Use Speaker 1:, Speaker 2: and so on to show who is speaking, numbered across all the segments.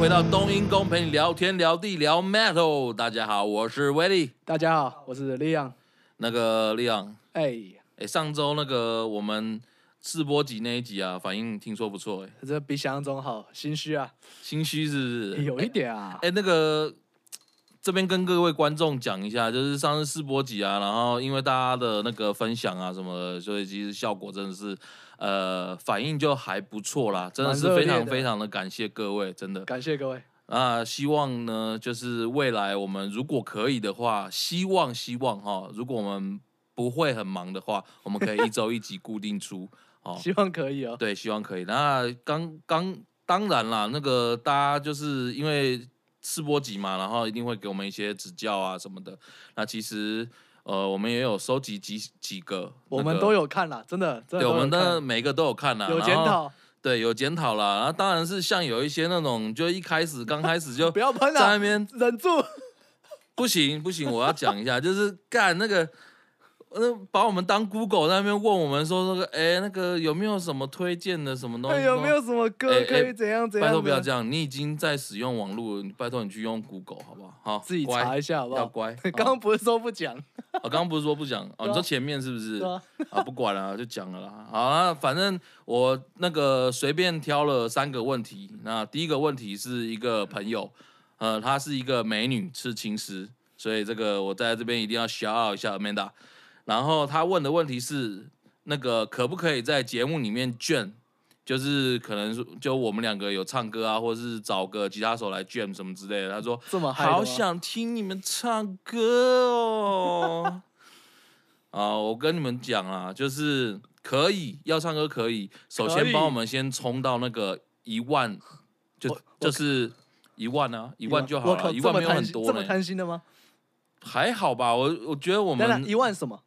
Speaker 1: 回到冬阴功，陪你聊天聊地聊 metal。大家好，我是威利。
Speaker 2: 大家好，我是 Leon。
Speaker 1: 那个利昂，
Speaker 2: 哎，
Speaker 1: 哎，上周那个我们试播集那一集啊，反应听说不错，哎，
Speaker 2: 这比想象中好，心虚啊，
Speaker 1: 心虚是不是？
Speaker 2: 有一点啊。
Speaker 1: 哎，那个这边跟各位观众讲一下，就是上次试播集啊，然后因为大家的那个分享啊什么的，所以其实效果真的是，呃，反应就还不错啦，真的是非
Speaker 2: 蛮热
Speaker 1: 常
Speaker 2: 烈的
Speaker 1: 非常的感谢各位，真的。
Speaker 2: 感谢各位，
Speaker 1: 那希望呢，就是未来我们如果可以的话，希望希望哈、如果我们不会很忙的话，我们可以一周一集固定出哦。
Speaker 2: 希望可以哦。
Speaker 1: 对，希望可以。那刚刚当然啦，那个大家就是因为试播集嘛，然后一定会给我们一些指教啊什么的。那其实呃，我们也有收集几几个，
Speaker 2: 我
Speaker 1: 那
Speaker 2: 们
Speaker 1: 个
Speaker 2: 都有看啦，真的，真
Speaker 1: 对，
Speaker 2: 的都
Speaker 1: 我们
Speaker 2: 看
Speaker 1: 的每个都有看啦，
Speaker 2: 有
Speaker 1: 然
Speaker 2: 检
Speaker 1: 后
Speaker 2: 讨，
Speaker 1: 对，有检讨啦。然后当然是像有一些那种，就一开始刚开始就
Speaker 2: 不要喷
Speaker 1: 在那
Speaker 2: 啊，
Speaker 1: 边
Speaker 2: 忍 住。
Speaker 1: 不行不行，我要讲一下，就是干那个，呃，把我们当 Google 在那边问我们说那个，哎、那个有没有什么推荐的什么东西？
Speaker 2: 有没有什么
Speaker 1: 哎
Speaker 2: 歌可
Speaker 1: 哎
Speaker 2: 以怎样怎样？
Speaker 1: 拜托不要这
Speaker 2: 样，
Speaker 1: 样，你已经在使用网络了，你拜托你去用 Google 好不好？好，
Speaker 2: 自己
Speaker 1: 乖
Speaker 2: 查一下好不
Speaker 1: 要
Speaker 2: 好？
Speaker 1: 乖。好
Speaker 2: 刚刚不是说不讲，
Speaker 1: 我刚刚不是说不讲哦？
Speaker 2: 对啊
Speaker 1: 你说前面是不是
Speaker 2: 对？吧？
Speaker 1: 啊，不管了，就 讲了啦。好啊，反正我那个随便挑了三个问题。那第一个问题是一个朋友，呃，她是一个美女刺青师，所以这个我在这边一定要 shout out 一下 Amanda。然后她问的问题是，那个可不可以在节目里面卷？就是可能是就我们两个有唱歌啊，或者是找个吉他手来 jam 什么之类的。她说
Speaker 2: 这么嗨的吗
Speaker 1: 好想听你们唱歌 哦。啊，我跟你们讲啊，就是可以要唱歌可以，首
Speaker 2: 可
Speaker 1: 先
Speaker 2: 以
Speaker 1: 帮我们先冲到那个一万，就
Speaker 2: 我我
Speaker 1: 就是一万啊，一万就好
Speaker 2: 我靠
Speaker 1: 了，一
Speaker 2: 这
Speaker 1: 万
Speaker 2: 么
Speaker 1: 没有
Speaker 2: 贪
Speaker 1: 很
Speaker 2: 心
Speaker 1: 多
Speaker 2: 这么
Speaker 1: 呢，
Speaker 2: 贪心的吗？
Speaker 1: 还好吧，我我觉得我
Speaker 2: 当然，一
Speaker 1: 们
Speaker 2: 万什么？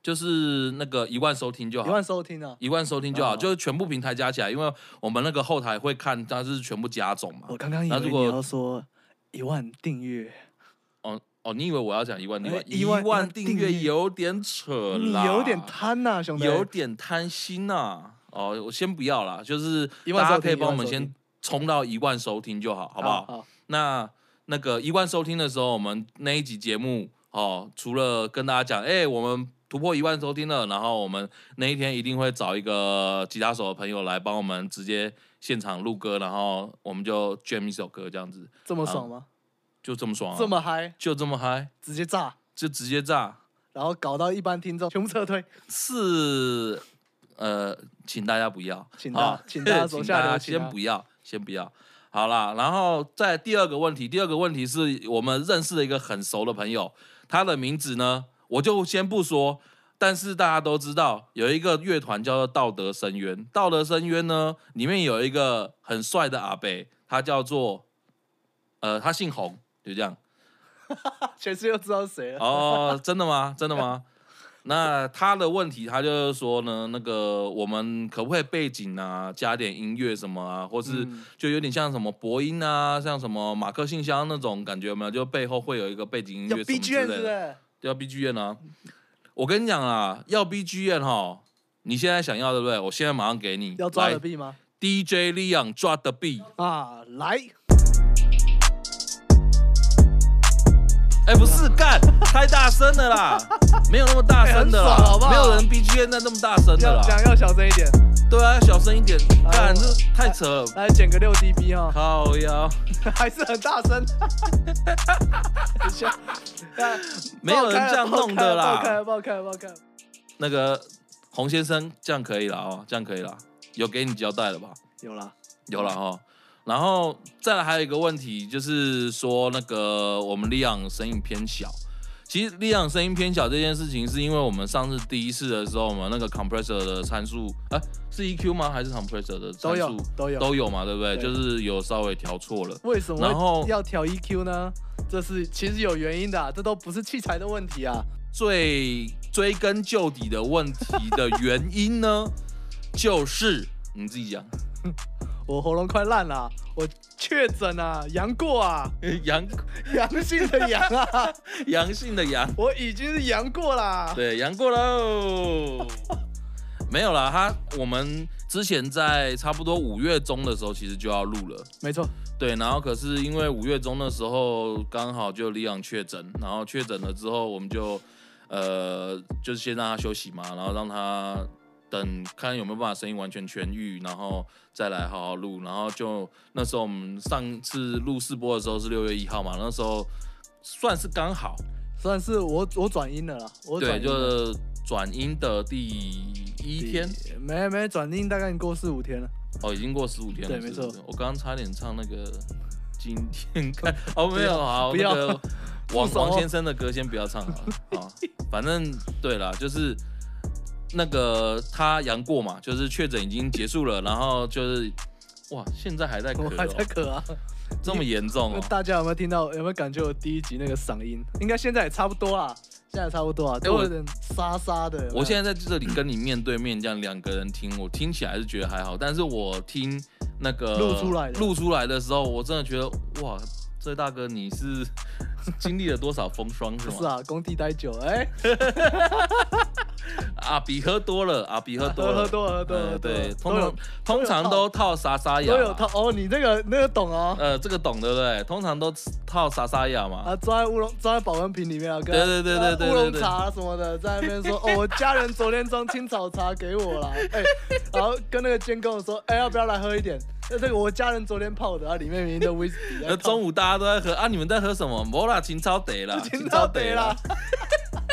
Speaker 1: 就是那个一万收听就
Speaker 2: 一
Speaker 1: 好
Speaker 2: 万。收听啊！
Speaker 1: 一万收听就好，
Speaker 2: 哦
Speaker 1: 就是全部平台加起来，因为我们那个后台会看，它是全部加总嘛
Speaker 2: 我。刚刚以
Speaker 1: 那
Speaker 2: 为
Speaker 1: 如果
Speaker 2: 你要说一万订阅，
Speaker 1: 哦哦，你以为我要讲一万订阅
Speaker 2: 哎？
Speaker 1: 一
Speaker 2: 一万
Speaker 1: 万
Speaker 2: 订
Speaker 1: 订阅
Speaker 2: 阅
Speaker 1: 有点扯
Speaker 2: 你
Speaker 1: 啦，
Speaker 2: 有点贪呐，兄弟。
Speaker 1: 有点贪心呐、哦，我先不要啦，就是
Speaker 2: 一万
Speaker 1: 大家
Speaker 2: 收听
Speaker 1: 可以帮我
Speaker 2: 一万
Speaker 1: 们
Speaker 2: 收
Speaker 1: 先
Speaker 2: 听
Speaker 1: 冲到一万收听就好，好不好？
Speaker 2: 好，
Speaker 1: 那那个一万收听的时候，我们那一集节目哦，除了跟大家讲，哎、我们突破一万收听了，然后我们那一天一定会找一个吉他手的朋友来帮我们直接现场录歌，然后我们就 jam 一首歌，这样子
Speaker 2: 这么爽吗？
Speaker 1: 就这么爽、啊，
Speaker 2: 这么嗨，
Speaker 1: 就这么嗨，
Speaker 2: 直接炸！
Speaker 1: 就直接炸。
Speaker 2: 然后搞到一般听众全部撤退，
Speaker 1: 是呃，请大家不要，
Speaker 2: 请
Speaker 1: 好
Speaker 2: 大请大家手
Speaker 1: 请
Speaker 2: 下
Speaker 1: 大家
Speaker 2: 留情
Speaker 1: 先
Speaker 2: 啊
Speaker 1: 不要，先不要。好啦，然后在第二个问题，第二个问题是我们认识的一个很熟的朋友，他的名字呢，我就先不说，但是大家都知道有一个乐团叫做道德深渊，道德深渊呢里面有一个很帅的阿伯，他叫做呃，他姓洪，就这样。
Speaker 2: 全世界都知道谁 了。
Speaker 1: 哦，真的吗？真的 吗？那他的问题，他就是说呢，那个我们可不可以背景啊，加点音乐什么啊，或是
Speaker 2: 嗯
Speaker 1: 就有点像什么博音啊，像什么马克信箱那种感觉有没有？就背后会有一个背景音乐
Speaker 2: 有
Speaker 1: 什么
Speaker 2: BGM
Speaker 1: 之类
Speaker 2: 是不
Speaker 1: 的，
Speaker 2: 是？
Speaker 1: 要 BGM 啊。我跟你讲啊，要 BGM 哈，你现在想要对不对？我现在马上给你，
Speaker 2: 要抓
Speaker 1: 来
Speaker 2: 的币吗？
Speaker 1: DJ Leon 抓的 B。
Speaker 2: 啊，来，
Speaker 1: 哎、不是干，太大声了 啦，没有那么大声的啦，
Speaker 2: 哎很爽好不好
Speaker 1: 没有人 BGM 在那么大声的
Speaker 2: 要
Speaker 1: 啦。
Speaker 2: 讲要小声一点，
Speaker 1: 对啊，小声一点，
Speaker 2: 哎
Speaker 1: 干
Speaker 2: 我
Speaker 1: 这太扯了，
Speaker 2: 来减个六 dB 哈，
Speaker 1: 靠腰，
Speaker 2: 还是很大声。等一下啊
Speaker 1: 没有人这样弄的
Speaker 2: 爆开了
Speaker 1: 啦。
Speaker 2: 爆开了爆开了爆开了！
Speaker 1: 那个洪先生，这样可以了哦，这样可以了，有给你交代了吧？
Speaker 2: 有啦，
Speaker 1: 有了哦。然后再来还有一个问题，就是说那个我们力量声音偏小。其实力量声音偏小这件事情，是因为我们上次第一次的时候，我们那个 compressor 的参数，哎、是 EQ 吗？还是 compressor 的参
Speaker 2: 都有
Speaker 1: 数
Speaker 2: 都有。
Speaker 1: 都有嘛，对不对？
Speaker 2: 对
Speaker 1: 就是有稍微调错了。
Speaker 2: 为什
Speaker 1: 然
Speaker 2: 么
Speaker 1: 后
Speaker 2: 会要调 EQ 呢？这是其实有原因的啊，这都不是器材的问题啊。
Speaker 1: 最追根究底的问题的原因呢，就是你自己讲，
Speaker 2: 我喉咙快烂了啊，我确诊啊，阳过啊，
Speaker 1: 阳
Speaker 2: 阳性的阳啊，
Speaker 1: 阳性的阳，
Speaker 2: 我已经是阳过啦。
Speaker 1: 对，阳过喽。没有啦，他我们之前在差不多五月中的时候，其实就要录了。
Speaker 2: 没错，
Speaker 1: 对，然后可是因为五月中的时候刚好就李昂确诊，然后确诊了之后，我们就呃就是先让他休息嘛，然后让他等看有没有办法声音完全痊愈，然后再来好好录。然后就那时候我们上次录试播的时候是六月一号嘛，那时候算是刚好，
Speaker 2: 算是我我转阴了啦，我转
Speaker 1: 对，
Speaker 2: 阴
Speaker 1: 就
Speaker 2: 了
Speaker 1: 是转阴的第一天，
Speaker 2: 没没转阴，大概过四五天了。
Speaker 1: 哦，已经过十五天了。
Speaker 2: 对
Speaker 1: 是
Speaker 2: 没
Speaker 1: 不是
Speaker 2: 错。
Speaker 1: 我刚刚差点唱那个今 天看哦，没有好，
Speaker 2: 不要
Speaker 1: 那个王
Speaker 2: 手
Speaker 1: 王先生的歌先不要唱 好了。好，反正对啦，就是那个他阳过嘛，就是确诊已经结束了，然后就是哇，现在还在咳、
Speaker 2: 我还在
Speaker 1: 哦，
Speaker 2: 咳啊，
Speaker 1: 这么严重
Speaker 2: 那
Speaker 1: 哦。
Speaker 2: 大家有没有听到？有没有感觉我第一集那个嗓音？应该现在也差不多啦，现在也差不多啊，都
Speaker 1: 哎我
Speaker 2: 有点沙沙的。有没有
Speaker 1: 我现在在这里跟你面对面这样两个人听，我听起来是觉得还好，但是我听那个
Speaker 2: 录出来的
Speaker 1: 录出来的时候，我真的觉得哇，这大哥你是 经历了多少风霜是吗？
Speaker 2: 不是啊，工地待久，哎、
Speaker 1: 啊，比喝多了啊，比喝多了，
Speaker 2: 喝多了喝多了
Speaker 1: 呃
Speaker 2: 喝多了
Speaker 1: 对，
Speaker 2: 都
Speaker 1: 通
Speaker 2: 有
Speaker 1: 常通常都套沙沙
Speaker 2: 都
Speaker 1: 雅，
Speaker 2: 有套哦。你这个那个懂哦，
Speaker 1: 呃，这个懂对不对？通常都套沙沙雅嘛。
Speaker 2: 啊，装在乌龙，装在保温瓶里面啊，跟
Speaker 1: 对对对对对
Speaker 2: 乌龙
Speaker 1: 对对
Speaker 2: 茶啊什么的，在那边说哦，我家人昨天装青草茶给我啦， 哎、然后跟那个监工说，哎、要不要来喝一点？那这个我家人昨天泡的啊，里面明明都威士忌。哎
Speaker 1: 那中午大家都在喝啊，你们在喝什么？摩啦，青草得啦，
Speaker 2: 听到得啦。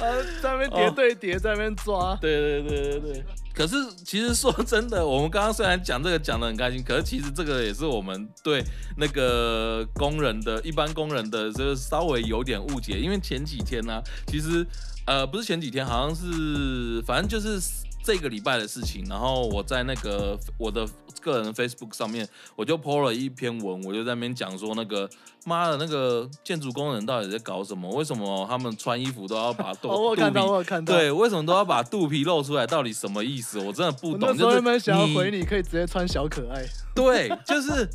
Speaker 2: 呃，在那边叠对叠，在那边抓，
Speaker 1: 对对对对对。可是其实说真的，我们刚刚虽然讲这个讲的很开心，可是其实这个也是我们对那个工人的一般工人的就是稍微有点误解，因为前几天呢、其实呃不是前几天，好像是反正就是。这个礼拜的事情，然后我在那个我的个人 Facebook 上面，我就 po 了一篇文，我就在那边讲说，那个妈的，那个建筑工人到底在搞什么？为什么他们穿衣服都要把肚
Speaker 2: 哦，
Speaker 1: 肚
Speaker 2: 我有看到，
Speaker 1: 皮
Speaker 2: 我有看到。
Speaker 1: 对，为什么都要把肚皮露出来？到底什么意思？我真的不
Speaker 2: 我
Speaker 1: 懂。
Speaker 2: 那时
Speaker 1: 就
Speaker 2: 候
Speaker 1: 是
Speaker 2: 原本想要回
Speaker 1: 你，
Speaker 2: 你，可以直接穿小可爱。
Speaker 1: 对，就是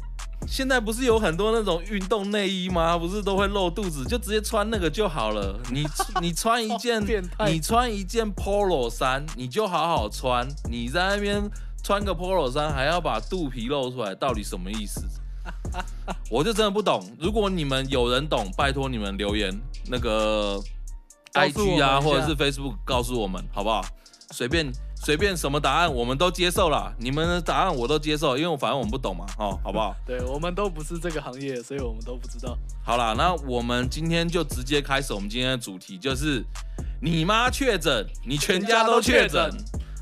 Speaker 1: 现在不是有很多那种运动内衣吗？不是都会露肚子，就直接穿那个就好了。你你穿一件
Speaker 2: 变，态
Speaker 1: 你穿一件 polo 衫，你就好好穿。你在那边穿个 polo 衫，还要把肚皮露出来，到底什么意思？我就真的不懂。如果你们有人懂，拜托你们留言那个
Speaker 2: 告诉
Speaker 1: IG 啊，
Speaker 2: 我们一下
Speaker 1: 或者是 Facebook 告诉我们，好不好？随便随便什么答案我们都接受啦，你们的答案我都接受，因为我反正我们不懂嘛，哦，好不好？
Speaker 2: 对我们都不是这个行业，所以我们都不知道。
Speaker 1: 好啦，那我们今天就直接开始我们今天的主题，就是你妈确诊，你全家都确 诊。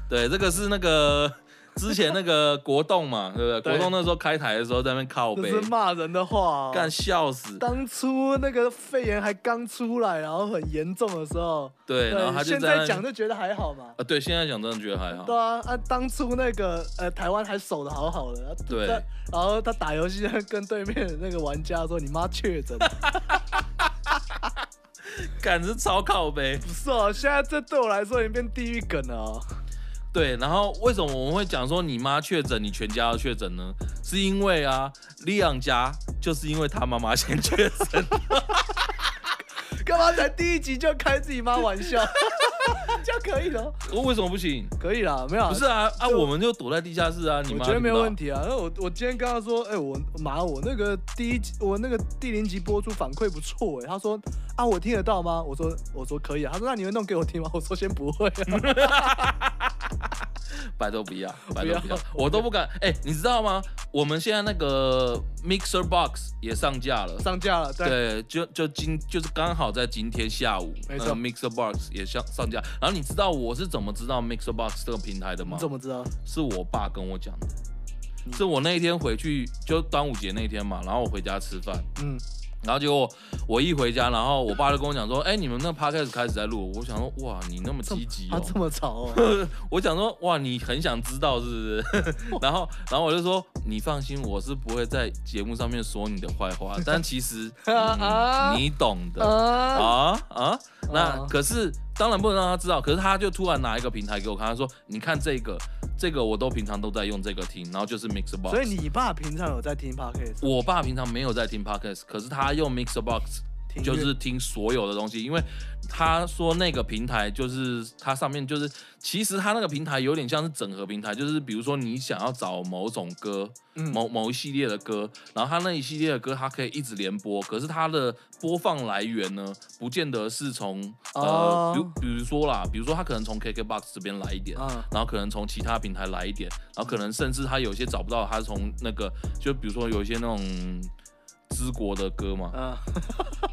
Speaker 1: 对，这个是那个之前那个国栋嘛，对不对？
Speaker 2: 对
Speaker 1: 国栋那时候开台的时候在那边靠
Speaker 2: 这
Speaker 1: 背
Speaker 2: 是，骂人的话、哦。
Speaker 1: 干笑死。
Speaker 2: 当初那个肺炎还刚出来，然后很严重的时候，
Speaker 1: 对，然后他就
Speaker 2: 现
Speaker 1: 在那
Speaker 2: 在讲就觉得还好嘛。
Speaker 1: 啊，对，现在讲真的觉得还好
Speaker 2: 对。啊，啊，当初那个呃，台湾还守的好好的，啊
Speaker 1: 对
Speaker 2: 在然后他打游戏跟对面的那个玩家说：“你妈 确诊。”
Speaker 1: 感是超靠背。
Speaker 2: 不是哦，现在这对我来说已经变地狱梗了哦。
Speaker 1: 对，然后为什么我们会讲说你妈确诊，你全家都确诊呢？是因为啊，利昂家就是因为他妈妈先确诊，
Speaker 2: 干嘛才第一集就开自己妈玩笑？ 这样可以了，
Speaker 1: 我为什么不行？
Speaker 2: 可以啦，没有啊，
Speaker 1: 不是啊啊，
Speaker 2: 就
Speaker 1: 我们就躲在地下室啊，你
Speaker 2: 我
Speaker 1: 妈
Speaker 2: 觉得没有问
Speaker 1: 题。
Speaker 2: 题啊。那我我今天跟他说，哎、我妈，我那个第一集，我那个第零集播出反馈不错哎、他说啊，我听得到吗？我说我说可以啊。他说那你会弄给我听吗？我说先不会、啊。
Speaker 1: 拜托不要，拜
Speaker 2: 不
Speaker 1: 托
Speaker 2: 要
Speaker 1: 不要，我都不敢。哎、你知道吗？我们现在那个 Mixer Box 也上架了。
Speaker 2: 上架了，对，
Speaker 1: 对，就就今就是刚好在今天下午，
Speaker 2: 没
Speaker 1: 那
Speaker 2: 错
Speaker 1: 个 Mixer Box 也上上架。然后你知道我是怎么知道 Mixer Box 这个平台的吗
Speaker 2: 你？怎么知道？
Speaker 1: 是我爸跟我讲的，
Speaker 2: 嗯
Speaker 1: 是我那一天回去就端午节那天嘛，然后我回家吃饭，
Speaker 2: 嗯，
Speaker 1: 然后结果我一回家，然后我爸就跟我讲说，哎、你们那 podcast 开始在录，我想说哇，你那么积极
Speaker 2: 他
Speaker 1: 哦，
Speaker 2: 这么吵哦，
Speaker 1: 我想说哇，你很想知道是不是？ 然后然后我就说你放心，我是不会在节目上面说你的坏话，但其实、 嗯、你懂的。
Speaker 2: 啊，
Speaker 1: 啊啊！那
Speaker 2: 啊
Speaker 1: 可是当然不能让他知道，可是他就突然拿一个平台给我看，他说：“你看这个，这个我都平常都在用这个听，然后就是 Mixer Box。”
Speaker 2: 所以你爸平常有在听 podcast，
Speaker 1: 我爸平常没有在听 Podcast，可是他用 Mixer Box
Speaker 2: 听音
Speaker 1: 就
Speaker 2: 乐
Speaker 1: 是听所有的东西，因为他说那个平台就是它上面就是，其实它那个平台有点像是整合平台，就是比如说你想要找某种歌，
Speaker 2: 嗯
Speaker 1: 某某一系列的歌，然后它那一系列的歌它可以一直连播，可是它的播放来源呢，不见得是从呃，比如
Speaker 2: 哦
Speaker 1: 比如说啦，比如说它可能从 KKBOX 这边来一点，
Speaker 2: 啊
Speaker 1: 然后可能从其他平台来一点，然后可能甚至他有一些找不到，他是从那个就比如说有一些那种淄国的歌嘛，
Speaker 2: 啊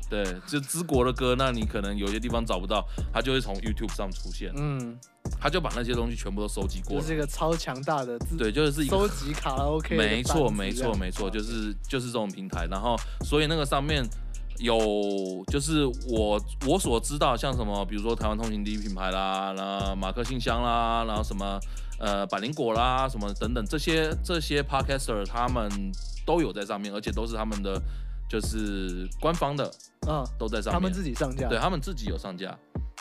Speaker 1: 对，就淄国的歌，那你可能有些地方找不到，他就会从 YouTube 上出现，
Speaker 2: 嗯，
Speaker 1: 他就把那些东西全部都收集过
Speaker 2: 就
Speaker 1: 了
Speaker 2: 是。一个超强大的自
Speaker 1: 对，就是一个
Speaker 2: 收集卡拉 OK 的
Speaker 1: 没错，
Speaker 2: 班子
Speaker 1: 没
Speaker 2: 这
Speaker 1: 错，
Speaker 2: 样啊
Speaker 1: 没错，就是就是这种平台。然后，所以那个上面有，就是我我所知道，像什么，比如说台湾通勤第一品牌啦，然后马克信箱啦，然后什么呃百灵果啦，什么等等，这些这些 podcaster 他们都有在上面，而且都是他们的就是官方的
Speaker 2: 嗯，
Speaker 1: 都在上面，
Speaker 2: 他们自己上架，
Speaker 1: 对他们自己有上架，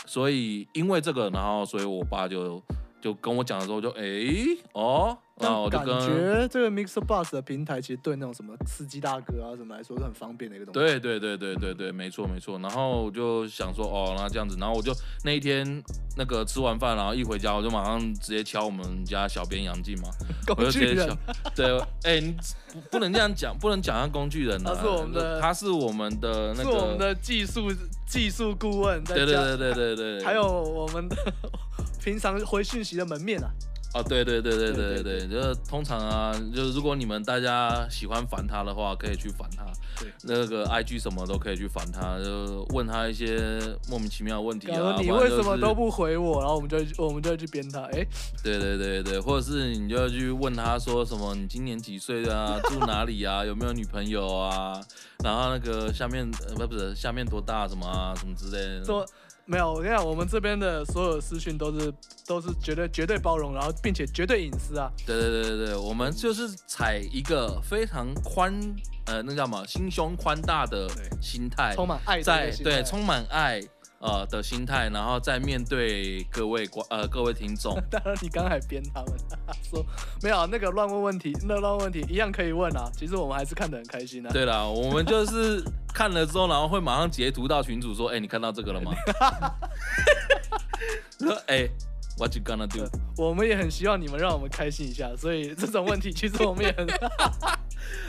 Speaker 1: 所以因为这个，然后所以我爸就就跟我讲的时候就，诶哦，然后
Speaker 2: 但
Speaker 1: 我就
Speaker 2: 感
Speaker 1: 跟
Speaker 2: 觉这个 Mixer Bus 的平台其实对那种什么司机大哥啊什么来说是很方便的一个东西。
Speaker 1: 对对对对对对，没错没错。然后我就想说，哦，那这样子，然后我就那一天那个吃完饭，然后一回家，我就马上直接敲我们家小编杨静嘛，我
Speaker 2: 工
Speaker 1: 就
Speaker 2: 具
Speaker 1: 直接敲
Speaker 2: 人，。
Speaker 1: 对，哎、你不不能这样讲，不能讲他工具人、啊，
Speaker 2: 哦他是我们的
Speaker 1: 他是我们的那
Speaker 2: 是我们
Speaker 1: 个，
Speaker 2: 的技术技术顾问，在
Speaker 1: 对对
Speaker 2: 家
Speaker 1: 对对对对，
Speaker 2: 还有我们的平常回讯息的门面啊，
Speaker 1: 哦，对对对对对
Speaker 2: 对
Speaker 1: 对对，就是通常啊，就是如果你们大家喜欢烦他的话，可以去烦他
Speaker 2: 对，
Speaker 1: 那个 IG 什么都可以去烦他，就问他一些莫名其妙的问题
Speaker 2: 然
Speaker 1: 啊
Speaker 2: 后，你
Speaker 1: 不然
Speaker 2: 为
Speaker 1: 就
Speaker 2: 什么
Speaker 1: 是
Speaker 2: 都不回我，然后我们就会去我们就会去编他，哎，
Speaker 1: 对对对对，或者是你就要去问他说什么，你今年几岁啊？住哪里啊？有没有女朋友啊？然后那个下面呃不不是下面多大什么啊什么之类的。
Speaker 2: 说没有，我跟你讲，我们这边的所有私讯都是都是绝对绝对包容，然后并且绝对隐私啊，
Speaker 1: 对对对对对，我们就是采一个非常宽呃那叫什么心胸宽大的
Speaker 2: 对
Speaker 1: 心态，
Speaker 2: 充满爱的
Speaker 1: 在
Speaker 2: 那个心态
Speaker 1: 对充满爱。呃的心态，然后再面对各位观呃各位听众，
Speaker 2: 当然，你刚才编他们 说没有啊那个乱问问题，那乱问问题一样可以问啊。其实我们还是看得很开心的、啊。
Speaker 1: 对啦，我们就是看了之后，然后会马上截图到群主说：“哎、你看到这个了吗？” 说：“哎、w h a t you gonna do？”
Speaker 2: 我们也很希望你们让我们开心一下，所以这种问题其实我们也 很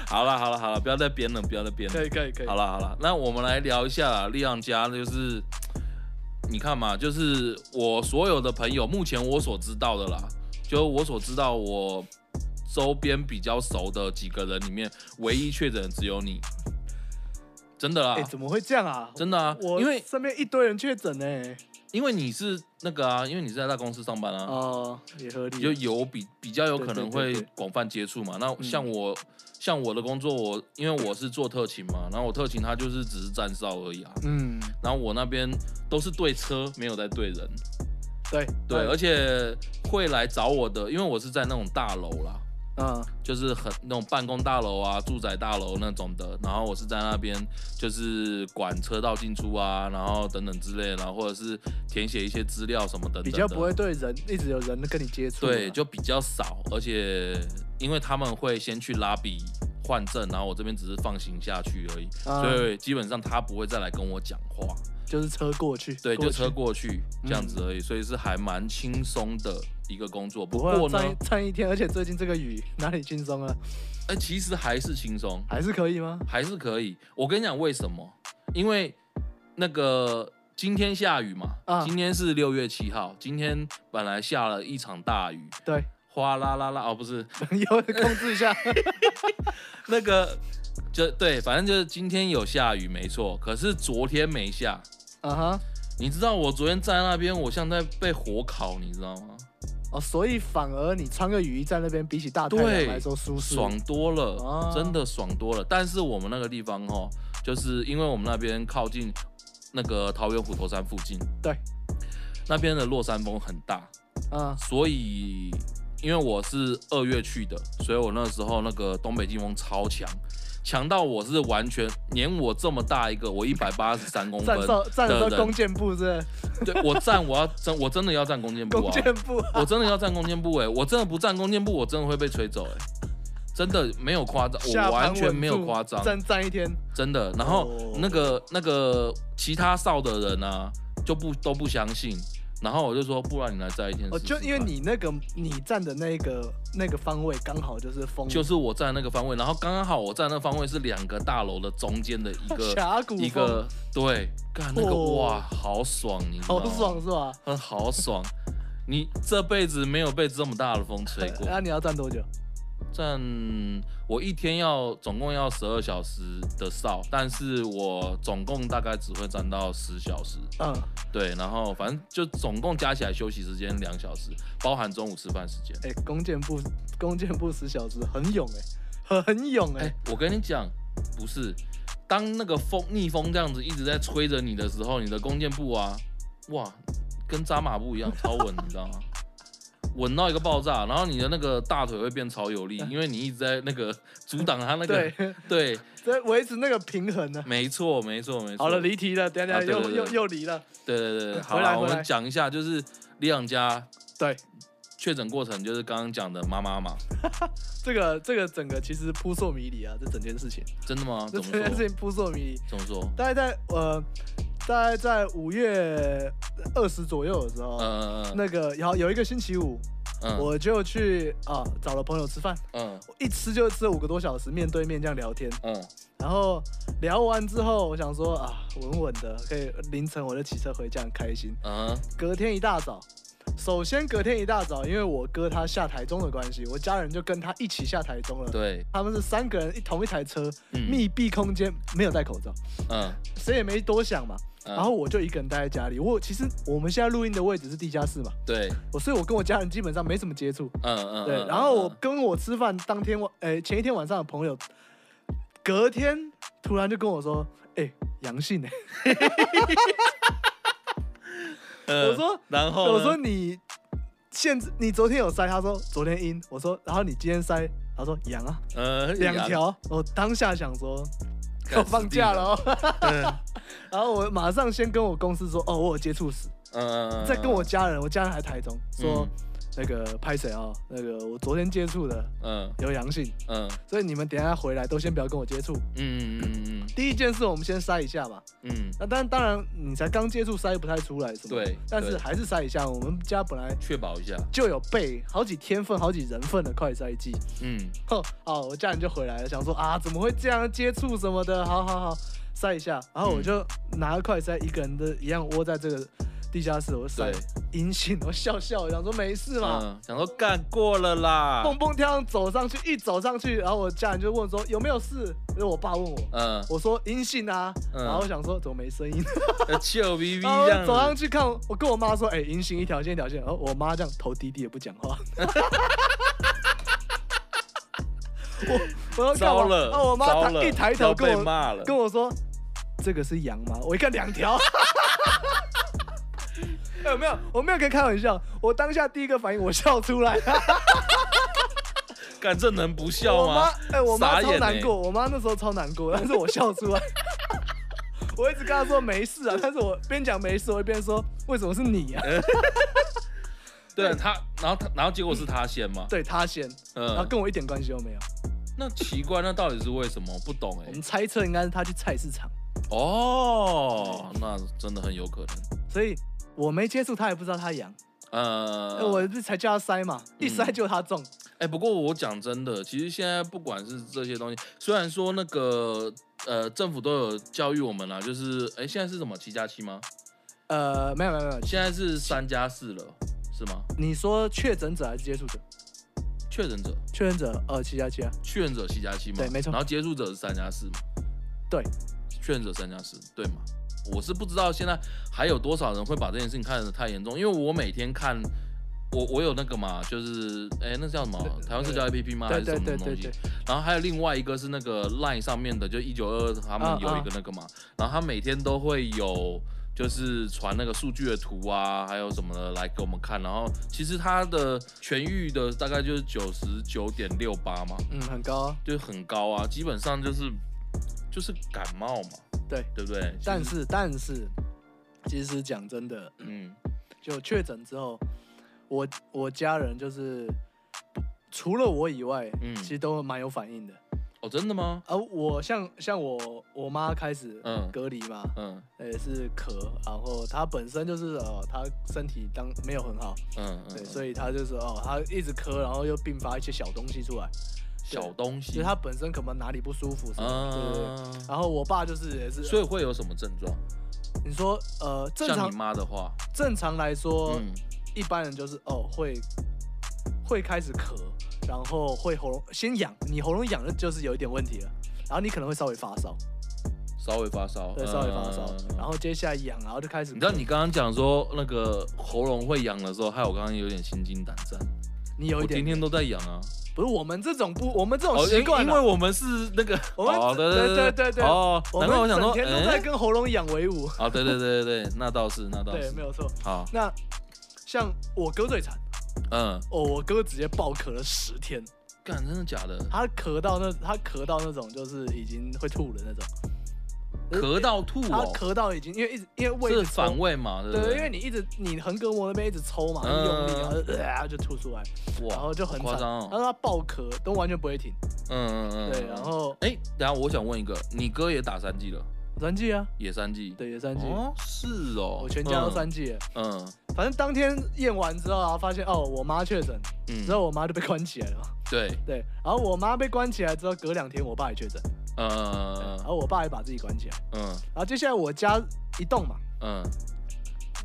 Speaker 1: 好了好了好了，不要再编了，不要再编
Speaker 2: 可
Speaker 1: 了
Speaker 2: 以。可以可以
Speaker 1: 好。了好了，那我们来聊一下利昂家，就是你看嘛，就是我所有的朋友，目前我所知道的啦，就我所知道我周边比较熟的几个人里面，唯一确诊的只有你，真的啦，
Speaker 2: 哎、怎么会这样啊？
Speaker 1: 真的啊，
Speaker 2: 我
Speaker 1: 因为
Speaker 2: 身边一堆人确诊呢。
Speaker 1: 因为你是那个啊，因为你是在大公司上班啊，
Speaker 2: 哦，也合理。
Speaker 1: 就有比比较有可能会
Speaker 2: 对对嗯对对
Speaker 1: 广泛接触嘛。那像我、像我的工作，我因为我是做特勤嘛，然后我特勤它就是只是站哨而已啊。
Speaker 2: 嗯，
Speaker 1: 然后我那边都是对车，没有在对人。
Speaker 2: 对
Speaker 1: 对，而且会来找我的，因为我是在那种大楼啦，
Speaker 2: 嗯
Speaker 1: 就是很那种办公大楼啊、住宅大楼那种的。然后我是在那边就是管车道进出啊，然后等等之类的，然后或者是填写一些资料什么等等的。
Speaker 2: 比较不会对人一直有人跟你接触啊。
Speaker 1: 对，就比较少，而且因为他们会先去拉比换证，然后我这边只是放行下去而已，
Speaker 2: 啊
Speaker 1: 所以基本上他不会再来跟我讲话，
Speaker 2: 就是车过去。
Speaker 1: 对，
Speaker 2: 过
Speaker 1: 就
Speaker 2: 去嗯
Speaker 1: 车。过去这样子而已，所以是还蛮轻松的一个工作。不
Speaker 2: 不会啊
Speaker 1: 过呢，
Speaker 2: 站一站一天，而且最近这个雨哪里轻松啊？
Speaker 1: 哎、其实还是轻松，
Speaker 2: 还是可以吗？
Speaker 1: 还是可以。我跟你讲为什么？因为那个今天下雨嘛，
Speaker 2: 啊
Speaker 1: 今天是六月七号，今天本来下了一场大雨，
Speaker 2: 对，
Speaker 1: 哗啦啦啦，哦，不是。
Speaker 2: 以后控制 一下。
Speaker 1: 那个就对，反正就是今天有下雨没错，可是昨天没下。
Speaker 2: 啊哈。
Speaker 1: 你知道我昨天站在那边，我像在被火烤，你知道吗？
Speaker 2: 哦，所以反而你穿个雨衣在那边，比起啊大太阳
Speaker 1: 对
Speaker 2: 来说舒适。
Speaker 1: 爽多了，
Speaker 2: 啊
Speaker 1: 真的爽多了。但是我们那个地方哦，就是因为我们那边靠近那个桃园虎头山附近，
Speaker 2: 对，
Speaker 1: 那边的落山风很大，
Speaker 2: 嗯
Speaker 1: 所以因为我是二月去的，所以我那时候那个东北季风超强，强到我是完全连我这么大一个，我一百八十三公分
Speaker 2: 站哨站的时
Speaker 1: 的
Speaker 2: 候弓
Speaker 1: 人，
Speaker 2: 箭步是不是
Speaker 1: 对我站我要真我真的要站 弓箭步
Speaker 2: 弓
Speaker 1: 啊，
Speaker 2: 箭步，
Speaker 1: 欸我真的要站弓箭步哎、我真的不站弓箭步，我真的会被吹走哎、真的没有夸张，
Speaker 2: 下
Speaker 1: 我
Speaker 2: 盘
Speaker 1: 完全
Speaker 2: 稳
Speaker 1: 没有
Speaker 2: 住
Speaker 1: 夸张，
Speaker 2: 站站一天，
Speaker 1: 真的。然后
Speaker 2: 哦
Speaker 1: 那个、那个其他少的人啊，就不都不相信。然后我就说，不然你来站一天
Speaker 2: 哦，
Speaker 1: 试
Speaker 2: 就
Speaker 1: 试
Speaker 2: 因为
Speaker 1: 看
Speaker 2: 你那个你站的那个那个方位刚好就是风，
Speaker 1: 就是我站那个方位，然后刚刚好我站那方位是两个大楼的中间的一个
Speaker 2: 峡谷
Speaker 1: 一
Speaker 2: 风
Speaker 1: 个对，干那个、
Speaker 2: 哦
Speaker 1: 哇，好爽，你知道
Speaker 2: 好
Speaker 1: 吗
Speaker 2: 哦爽，是吧？
Speaker 1: 嗯，好爽。你这辈子没有被这么大的风吹 过，
Speaker 2: 那哎啊你要站多久？
Speaker 1: 站我一天要总共要十二小时的哨，但是我总共大概只会站到十小时，
Speaker 2: 嗯，
Speaker 1: 对，然后反正就总共加起来休息时间两小时，包含中午吃饭时间。
Speaker 2: 哎，弓箭步弓箭步十小时，很勇哎， 很勇
Speaker 1: 哎、
Speaker 2: 哎，
Speaker 1: 我跟你讲，不是，当那个风逆风这样子一直在吹着你的时候，你的弓箭步啊，哇，跟扎马步一样超稳，你知道吗？ 稳到一个爆炸，然后你的那个大腿会变超有力，因为你一直在那个阻挡它那个。
Speaker 2: 对，
Speaker 1: 对，
Speaker 2: 在维持那个平衡呢。
Speaker 1: 没错，没错，没错。
Speaker 2: 好了，离题了，等一下
Speaker 1: 啊
Speaker 2: 等一下
Speaker 1: 对
Speaker 2: 又
Speaker 1: 对
Speaker 2: 又
Speaker 1: 对
Speaker 2: 又离了。
Speaker 1: 对对对，好
Speaker 2: 回来
Speaker 1: 了，我
Speaker 2: 回来
Speaker 1: 们讲一下，就是李养家
Speaker 2: 对，
Speaker 1: 确诊过程，就是刚刚讲的妈妈嘛，
Speaker 2: 这个这个整个其实扑朔迷离啊，这整件事情，
Speaker 1: 真的吗？
Speaker 2: 这
Speaker 1: 怎么
Speaker 2: 整件事
Speaker 1: 说？
Speaker 2: 情扑朔迷离。
Speaker 1: 怎么说？
Speaker 2: 大概在呃，大概在五月二十左右的时候，
Speaker 1: 嗯嗯
Speaker 2: 呃那个然后有一个星期五，
Speaker 1: 嗯，
Speaker 2: 我就去啊找了朋友吃饭，
Speaker 1: 嗯
Speaker 2: 我一吃就吃了五个多小时，面对面这样聊天。
Speaker 1: 嗯
Speaker 2: 然后聊完之后，我想说啊，稳稳的，可以凌晨我就骑车回家，很开心。
Speaker 1: 嗯
Speaker 2: 隔天一大早，首先隔天一大早，因为我哥他下台中的关系，我家人就跟他一起下台中了。
Speaker 1: 对，
Speaker 2: 他们是三个人一同一台车，
Speaker 1: 嗯
Speaker 2: 密闭空间，没有戴口罩，
Speaker 1: 嗯，
Speaker 2: 谁也没多想嘛。
Speaker 1: 然
Speaker 2: 然后我就一个人待在家里。我其实我们现在录音的位置是地下室嘛，
Speaker 1: 对，
Speaker 2: 我所以，我跟我家人基本上没什么接触。
Speaker 1: 嗯嗯，
Speaker 2: 对，
Speaker 1: 嗯
Speaker 2: 然后我
Speaker 1: 嗯
Speaker 2: 跟我吃饭当天晚，诶、前一天晚上的朋友，隔天突然就跟我说，哎、阳性哎、
Speaker 1: 嗯
Speaker 2: 我说
Speaker 1: 然后呢
Speaker 2: 我说你现你昨天有筛，他说昨天阴，我说然后你今天筛，他说阳啊，
Speaker 1: 呃
Speaker 2: 两，条，我当下想说。
Speaker 1: 干
Speaker 2: 我放假了，哦，
Speaker 1: 嗯嗯
Speaker 2: 然后我马上先跟我公司说，哦，我有接触史，
Speaker 1: 嗯，嗯
Speaker 2: 再跟我，家人，我家人还台中，说
Speaker 1: 嗯
Speaker 2: 那个拍谁啊，那个我昨天接触的
Speaker 1: 嗯
Speaker 2: 有阳性，
Speaker 1: 嗯
Speaker 2: 所以你们等一下回来都先不要跟我接触，
Speaker 1: 嗯嗯嗯
Speaker 2: 第一件事我们先筛一下嘛。
Speaker 1: 嗯，
Speaker 2: 那当然，当然你才刚接触，筛不太出来什么。
Speaker 1: 对
Speaker 2: 但是
Speaker 1: 对
Speaker 2: 还是筛一下。我们家本来
Speaker 1: 确保一下，
Speaker 2: 就有备好几天份、好几人份的快筛剂。
Speaker 1: 嗯
Speaker 2: 哼，哦，我家人就回来了，想说啊，怎么会这样接触什么的？好好好，筛一下。然后
Speaker 1: 嗯
Speaker 2: 我就拿了快筛，一个人的一样窝在这个地下室，我就筛
Speaker 1: 对
Speaker 2: 阴性， 我笑笑，想说没事嘛。
Speaker 1: 嗯，想说干过了啦，
Speaker 2: 蹦蹦跳跳走上去，一走上去，然后我家人就问说有没有事，就是我爸问我，
Speaker 1: 嗯，
Speaker 2: 我说阴性啊，
Speaker 1: 嗯
Speaker 2: 然后我想说怎么没声音，
Speaker 1: 呃笑眯眯
Speaker 2: 然后
Speaker 1: 这
Speaker 2: 我走
Speaker 1: 样
Speaker 2: 上
Speaker 1: 子，
Speaker 2: 去看，我跟我妈说，哎、阴性一条线一条线，然后我妈这样头低低也不讲 话。我我要干
Speaker 1: 糟
Speaker 2: 嘛
Speaker 1: 了，
Speaker 2: 然后我妈
Speaker 1: 糟
Speaker 2: 她
Speaker 1: 了
Speaker 2: 一抬头
Speaker 1: 要
Speaker 2: 跟
Speaker 1: 被
Speaker 2: 我
Speaker 1: 骂了，
Speaker 2: 跟我说，这个是羊吗？我一看 两条。哎有没有？我没有跟开玩笑，我当下第一个反应我笑出来，
Speaker 1: 干这能不笑
Speaker 2: 我妈
Speaker 1: 吗？
Speaker 2: 哎、我妈
Speaker 1: 傻
Speaker 2: 超
Speaker 1: 眼
Speaker 2: 难
Speaker 1: 欸
Speaker 2: 过，我妈那时候超难过，但是我笑 出来。我一直跟她说没事啊，但是我边讲没事，我一边说为什么是你啊？
Speaker 1: 对他，然后他，然后结果是他先嘛，
Speaker 2: 对她先，然后
Speaker 1: 嗯，
Speaker 2: 跟我一点关系都没有。
Speaker 1: 那奇怪，那到底是为什么？不懂哎
Speaker 2: 我，们猜测应该是她去菜市场，
Speaker 1: 哦，那真的很有可能，
Speaker 2: 所以我没接触她也不知道她阳，
Speaker 1: 呃，
Speaker 2: 哎我不是才叫她塞嘛，
Speaker 1: 嗯
Speaker 2: 一塞就她中。
Speaker 1: 哎、不过我讲真的，其实现在不管是这些东西，虽然说那个呃政府都有教育我们啦，就是哎、现在是什么七加七吗？
Speaker 2: 呃，没有没有没有，
Speaker 1: 现在是三加四了，是吗？
Speaker 2: 你说确诊者还是接触者？
Speaker 1: 确诊者，
Speaker 2: 确诊者呃七加七啊，
Speaker 1: 确诊者七加七嘛，
Speaker 2: 对没错
Speaker 1: 然后接触者是三加四嘛，
Speaker 2: 对，
Speaker 1: 确诊者三加四，对嘛？我是不知道现在还有多少人会把这件事情看得太严重，因为我每天看。我我有那个嘛，就是哎、那叫什么？台湾社交 APP 吗？还
Speaker 2: 对
Speaker 1: 是什
Speaker 2: 对
Speaker 1: 么
Speaker 2: 对
Speaker 1: 东西？
Speaker 2: 对对，
Speaker 1: 然后还有另外一个是那个 Line 上面的，就一九二他们
Speaker 2: 啊
Speaker 1: 有一个那个嘛，然后他每天都会有就是传那个数据的图啊，还有什么的来给我们看。然后其实他的痊愈的大概就是九十九点六八嘛，
Speaker 2: 嗯，很高、啊，
Speaker 1: 就是很高啊，基本上就是就是感冒嘛，
Speaker 2: 对。
Speaker 1: 对不对？
Speaker 2: 但
Speaker 1: 其实
Speaker 2: 是但是，其实讲真的，
Speaker 1: 嗯
Speaker 2: 就确诊之后，我我家人就是除了我以外，
Speaker 1: 嗯
Speaker 2: 其实都蛮有反应的。
Speaker 1: 哦，真的吗？
Speaker 2: 而、我像像我我妈开始
Speaker 1: 嗯
Speaker 2: 隔离嘛，
Speaker 1: 嗯
Speaker 2: 呃、是咳，然后她本身就是呃她身体当没有很好，
Speaker 1: 嗯
Speaker 2: 对，
Speaker 1: 嗯，
Speaker 2: 所以她就是哦她一直咳，然后又并发一些小东西出来，
Speaker 1: 小东西，
Speaker 2: 所以她本身可能哪里不舒服什么的，对对对。啊
Speaker 1: 嗯
Speaker 2: 然后我爸就是也是，
Speaker 1: 所以会有什么症状？
Speaker 2: 你说呃正
Speaker 1: 像
Speaker 2: 常
Speaker 1: 你妈的话，
Speaker 2: 正常来说，
Speaker 1: 嗯，
Speaker 2: 一般人就是哦会会开始咳，然后会喉咙先痒，你喉咙痒了就是有一点问题了，然后你可能会稍微发烧，
Speaker 1: 稍微发烧，
Speaker 2: 对，稍微发烧，
Speaker 1: 嗯
Speaker 2: 然后接下来痒，然后就开始咳。
Speaker 1: 你知道你刚刚讲说那个喉咙会痒的时候，害我刚刚有点心惊胆战。
Speaker 2: 你有
Speaker 1: 我
Speaker 2: 一
Speaker 1: 天
Speaker 2: 点
Speaker 1: 天都在痒啊，
Speaker 2: 不是我们这种不，我们这种
Speaker 1: 哦，
Speaker 2: 习
Speaker 1: 因
Speaker 2: 惯
Speaker 1: 因
Speaker 2: 啊、
Speaker 1: 为我们是那个，
Speaker 2: 我们
Speaker 1: 哦，对
Speaker 2: 对
Speaker 1: 对
Speaker 2: 对对对
Speaker 1: 哦，
Speaker 2: 我
Speaker 1: 难怪我
Speaker 2: 们
Speaker 1: 想
Speaker 2: 整
Speaker 1: 说，
Speaker 2: 天都在
Speaker 1: 嗯，
Speaker 2: 跟喉咙痒为伍。
Speaker 1: 哦，对对对对对，那倒是那倒
Speaker 2: 对，
Speaker 1: 是
Speaker 2: 没，有错。
Speaker 1: 好，
Speaker 2: 那像我哥最惨
Speaker 1: 嗯，
Speaker 2: 哦，我哥直接暴咳了十天，
Speaker 1: 干，真的假的？
Speaker 2: 他咳到那他咳到那种就是已经会吐的那种，
Speaker 1: 咳到吐
Speaker 2: 他
Speaker 1: 哦，
Speaker 2: 咳到已经因为一直因为胃一
Speaker 1: 是
Speaker 2: 直抽
Speaker 1: 反胃嘛，对不
Speaker 2: 对，因为你一直你横膈膜那边一直抽嘛，一
Speaker 1: 嗯
Speaker 2: 用力，然后就呃就吐出来，
Speaker 1: 哇，
Speaker 2: 然后就很
Speaker 1: 夸
Speaker 2: 惨，
Speaker 1: 张
Speaker 2: 然后
Speaker 1: 哦，
Speaker 2: 他爆咳都完全不会停。
Speaker 1: 嗯嗯嗯，
Speaker 2: 对，然后
Speaker 1: 哎，等一下我想问一个，你哥也打三剂了，
Speaker 2: 三 G 啊，
Speaker 1: 也三剂，
Speaker 2: 对，也三 G，
Speaker 1: 哦，是哦，
Speaker 2: 我全家都
Speaker 1: 嗯
Speaker 2: 三 G。
Speaker 1: 嗯
Speaker 2: 反正当天验完之后啊，发现哦，我妈确诊，
Speaker 1: 嗯，
Speaker 2: 之后我妈就被关起来了嘛。
Speaker 1: 对，
Speaker 2: 对，然后我妈被关起来之后，隔两天我爸也确诊，对然
Speaker 1: 呃，
Speaker 2: 后我爸也把自己关起来，
Speaker 1: 嗯
Speaker 2: 然后接下来我家一栋嘛，
Speaker 1: 嗯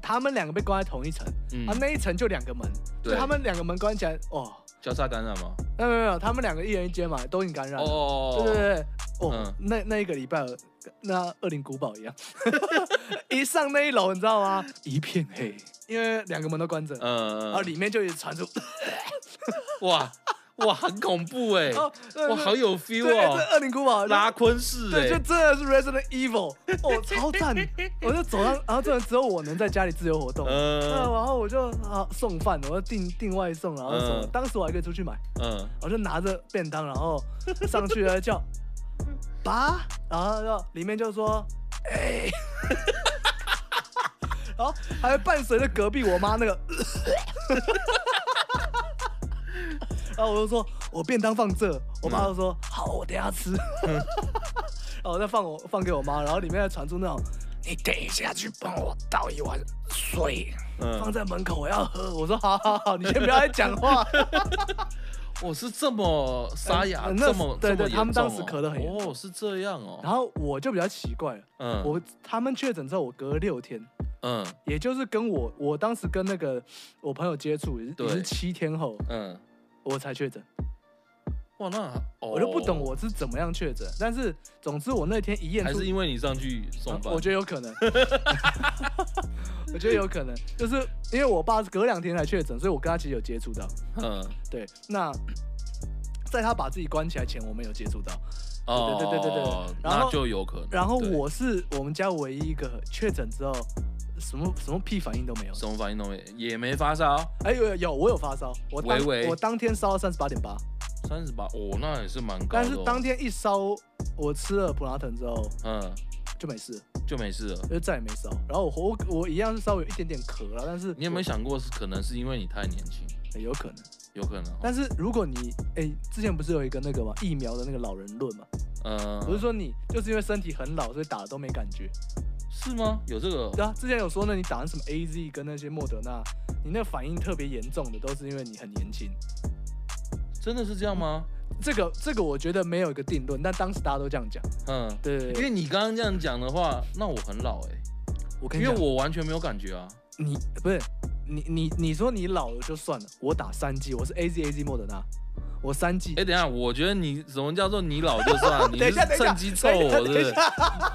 Speaker 2: 他们两个被关在同一层，啊
Speaker 1: 嗯，
Speaker 2: 那一层就两个门，就
Speaker 1: 对
Speaker 2: 他们两个门关起来，哦，
Speaker 1: 交叉感染吗？
Speaker 2: 没有没有没有，他们两个一人一间嘛，都已经感染了。
Speaker 1: 哦，
Speaker 2: 对对对，哦，
Speaker 1: 嗯
Speaker 2: 那那一个礼拜，那恶灵古堡一样，一上那一楼，你知道吗？一片黑，因为两个门都关着，
Speaker 1: 嗯，
Speaker 2: 然后里面就一直传出，
Speaker 1: 哇哇，很恐 怖哎、
Speaker 2: 哦，
Speaker 1: 哇，好有 feel
Speaker 2: 对，哎
Speaker 1: 哦，
Speaker 2: 这恶灵古堡
Speaker 1: 拉昆式哎、
Speaker 2: 对，就真的是 Resident Evil，哦，超赞！ 我就走到，然后真的只有我能在家里自由活动。嗯
Speaker 1: 嗯
Speaker 2: 然后我就啊送饭，我就订订外送，然后什么，
Speaker 1: 嗯
Speaker 2: 当时我还可以出去买，
Speaker 1: 嗯，
Speaker 2: 我就拿着便当，然后上去了叫爸，然后就里面就说哎， 然后还伴随着隔壁我妈那个，然后我就说我便当放这，我妈就说、好，我等一下吃，然后我再放我放给我妈，然后里面还传出那种。你等一下去帮我倒一碗水，
Speaker 1: 嗯
Speaker 2: 放在门口，我要喝。我说好好好，你先不要再讲话。
Speaker 1: 我哦是这么沙哑，
Speaker 2: 嗯那
Speaker 1: 这么
Speaker 2: 对
Speaker 1: 这么
Speaker 2: 对他们
Speaker 1: 严重
Speaker 2: 当时咳得很严重
Speaker 1: 哦，是这样哦，
Speaker 2: 然后我就比较奇怪了，
Speaker 1: 嗯
Speaker 2: 我他们确诊之后，我隔六天，
Speaker 1: 嗯
Speaker 2: 也就是跟我我当时跟那个我朋友接触，也是
Speaker 1: 对
Speaker 2: 也是七天后
Speaker 1: 嗯，
Speaker 2: 我才确诊，
Speaker 1: 哇那、哦、
Speaker 2: 我就不懂我是怎么样确诊，但是总之我那天一验
Speaker 1: 还
Speaker 2: 出
Speaker 1: 是，因为你上去送饭，
Speaker 2: 我觉得有可能， 我觉得有可能，就是因为我爸是隔两天才确诊，所以我跟他其实有接触到，
Speaker 1: 嗯
Speaker 2: 对，那。 在他把自己关起来前，我们有接触到。
Speaker 1: 哦
Speaker 2: 对对对对对然后
Speaker 1: 那就有可能，
Speaker 2: 然后
Speaker 1: 对
Speaker 2: 我是我们家唯一一个确诊之后，什么什么屁反应都没有的。
Speaker 1: 什么反应都没，也没发烧，
Speaker 2: 哎、有有有，我有发烧，我当
Speaker 1: 微微
Speaker 2: 我当天烧到三十八点八，
Speaker 1: 三十八，哦那也是蛮高的、哦，
Speaker 2: 但是当天一烧，我吃了普拉腾之后
Speaker 1: 嗯
Speaker 2: 就没事了，
Speaker 1: 就没事了。
Speaker 2: 就再也没烧。然后我我我一样是稍微有一点点咳了，但是
Speaker 1: 你有没有想过，是可能是因为你太年轻，
Speaker 2: 我有可能？
Speaker 1: 有可能、哦。
Speaker 2: 但是如果你哎、之前不是有一个那个嘛疫苗的那个老人论嘛，
Speaker 1: 呃，
Speaker 2: 不是说你哎就是因为身体很老，所以打了都没感觉。
Speaker 1: 是吗？有这个？
Speaker 2: 对啊，之前有说呢，你打的什么 A Z 跟那些莫德纳，你那反应特别严重的，都是因为你很年轻。
Speaker 1: 真的是这样吗？
Speaker 2: 这个这个我觉得没有一个定论，但当时大家都这样讲。
Speaker 1: 嗯，
Speaker 2: 对对
Speaker 1: 因
Speaker 2: 对，
Speaker 1: 为你刚刚这样讲的话，那我很老哎、
Speaker 2: 我跟你
Speaker 1: 因为
Speaker 2: 讲，
Speaker 1: 我完全没有感觉啊。
Speaker 2: 你不是你你你说你老了就算了，我打三剂，我是 A Z A Z 莫德纳，我三剂。
Speaker 1: 哎、等一下，我觉得你什么叫做你老就 算，你
Speaker 2: 等一
Speaker 1: 是
Speaker 2: 下，等一下，
Speaker 1: 趁机凑我，对
Speaker 2: 等
Speaker 1: 不
Speaker 2: 一下哦
Speaker 1: 对？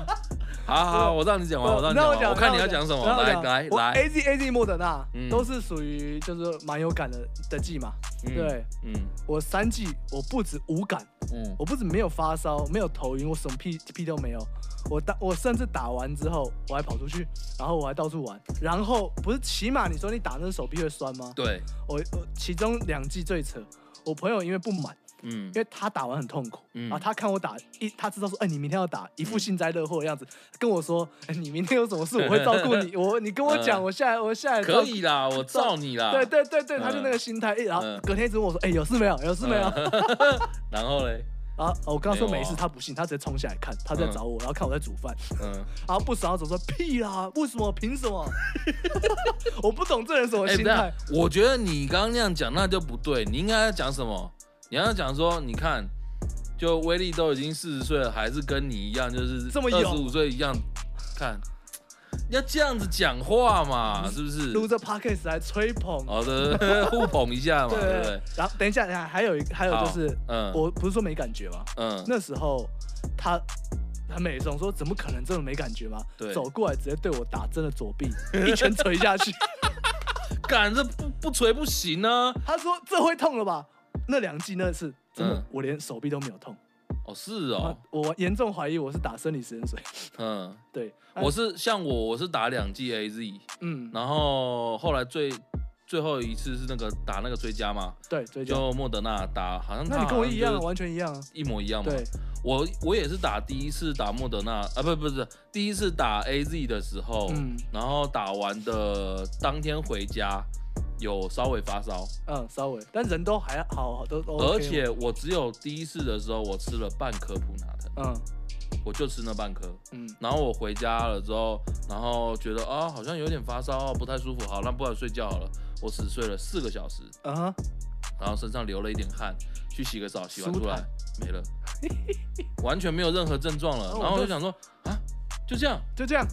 Speaker 1: 好好，好我让你讲完，我让你
Speaker 2: 那
Speaker 1: 讲
Speaker 2: 我
Speaker 1: 完，
Speaker 2: 讲，
Speaker 1: 我看你要讲什么，来来来，
Speaker 2: ，A Z A Z 莫德纳
Speaker 1: 嗯
Speaker 2: 都是属于就是蛮有感的的剂嘛。
Speaker 1: 嗯
Speaker 2: 对，
Speaker 1: 嗯
Speaker 2: 我三剂，我不止无感，
Speaker 1: 嗯
Speaker 2: 我不止没有发烧，没有头晕，我什么屁屁都没有。我打，我甚至打完之后，我还跑出去，然后我还到处玩。然后不是，起码你说你打那手臂会酸吗？
Speaker 1: 对，
Speaker 2: 我我其中两季最扯，我朋友因为不满，
Speaker 1: 嗯
Speaker 2: 因为他打完很痛苦，
Speaker 1: 嗯
Speaker 2: 啊，他看我打一，他知道说，哎、你明天要打，一副幸灾乐祸的样子，跟我说，哎、你明天有什么事，我会照顾你，我你跟我讲，
Speaker 1: 嗯
Speaker 2: 我下来我下来
Speaker 1: 可以啦，我照你啦。
Speaker 2: 照顾。对对对对，
Speaker 1: 嗯
Speaker 2: 他就那个心态，哎然后
Speaker 1: 嗯
Speaker 2: 隔天一直问我说，哎、有事没有？有事没有？
Speaker 1: 嗯 然后嘞，
Speaker 2: 然后我刚刚说
Speaker 1: 没有啊
Speaker 2: 没事，他不信，他直接冲下来看，他在找我，然后看我在煮饭，
Speaker 1: 嗯，
Speaker 2: 然后不爽，总说屁啦，为什么？凭什么？我不懂这人什么
Speaker 1: 哎，
Speaker 2: 心
Speaker 1: 不
Speaker 2: 态
Speaker 1: 对，，我觉得你刚刚那样讲那就不对，你应该要讲什么？你要讲说，你看，就威力都已经四十岁了，还是跟你一样，就是
Speaker 2: 这么
Speaker 1: 二
Speaker 2: 有
Speaker 1: 十五岁一样，看，要这样子讲话嘛，
Speaker 2: 嗯
Speaker 1: 是不是？
Speaker 2: 录这 podcast 来吹捧。
Speaker 1: 好的， 互捧一下嘛，哦对不对？
Speaker 2: 然后等一下，等一下，还有一个还有就是，
Speaker 1: 好嗯
Speaker 2: 我不是说没感觉吗？
Speaker 1: 嗯，
Speaker 2: 那时候他很美颂说：“怎么可能这么没感觉吗？”
Speaker 1: 对
Speaker 2: 走过来直接对我打真的左臂， 一拳捶下 去。
Speaker 1: 敢这不不锤不行啊！
Speaker 2: 他说：“这会痛了吧？”那两记那次真的
Speaker 1: 嗯，
Speaker 2: 我连手臂都没有痛。
Speaker 1: 哦，是
Speaker 2: 啊
Speaker 1: 哦，
Speaker 2: 我严重怀疑我是打生理食盐水。
Speaker 1: 嗯，
Speaker 2: 对，
Speaker 1: 我是像我，我是打两剂 AZ，
Speaker 2: 嗯，
Speaker 1: 然后后来最最后一次是那个打那个追加嘛，
Speaker 2: 对，追加。
Speaker 1: 就莫德纳打，好像
Speaker 2: 那
Speaker 1: 他
Speaker 2: 你跟我
Speaker 1: 好像
Speaker 2: 一样啊，
Speaker 1: 就是
Speaker 2: 完全一样啊。
Speaker 1: 一模一样嘛。
Speaker 2: 对，
Speaker 1: 我我也是打第一次打莫德纳啊，不不是第一次打 AZ 的时候，
Speaker 2: 嗯
Speaker 1: 然后打完的当天回家有稍微发烧，
Speaker 2: 嗯，稍微，但人都还好，好都都 OK 嘛。
Speaker 1: 而且我只有第一次的时候我吃了半颗普拿疼，
Speaker 2: 嗯，
Speaker 1: 我就吃那半颗。
Speaker 2: 嗯
Speaker 1: 然后我回家了之后，然后觉得啊、好像有点发烧，不太舒服。好，那不然睡觉好了。我只睡了四个小时，
Speaker 2: 嗯哼，
Speaker 1: 然后身上流了一点汗，去洗个澡，洗完
Speaker 2: 舒
Speaker 1: 出来
Speaker 2: 坦
Speaker 1: 没了， 完全没有任何症状了。
Speaker 2: 哦
Speaker 1: 然后
Speaker 2: 我
Speaker 1: 我就
Speaker 2: 就
Speaker 1: 想说啊，就这样，
Speaker 2: 就这样。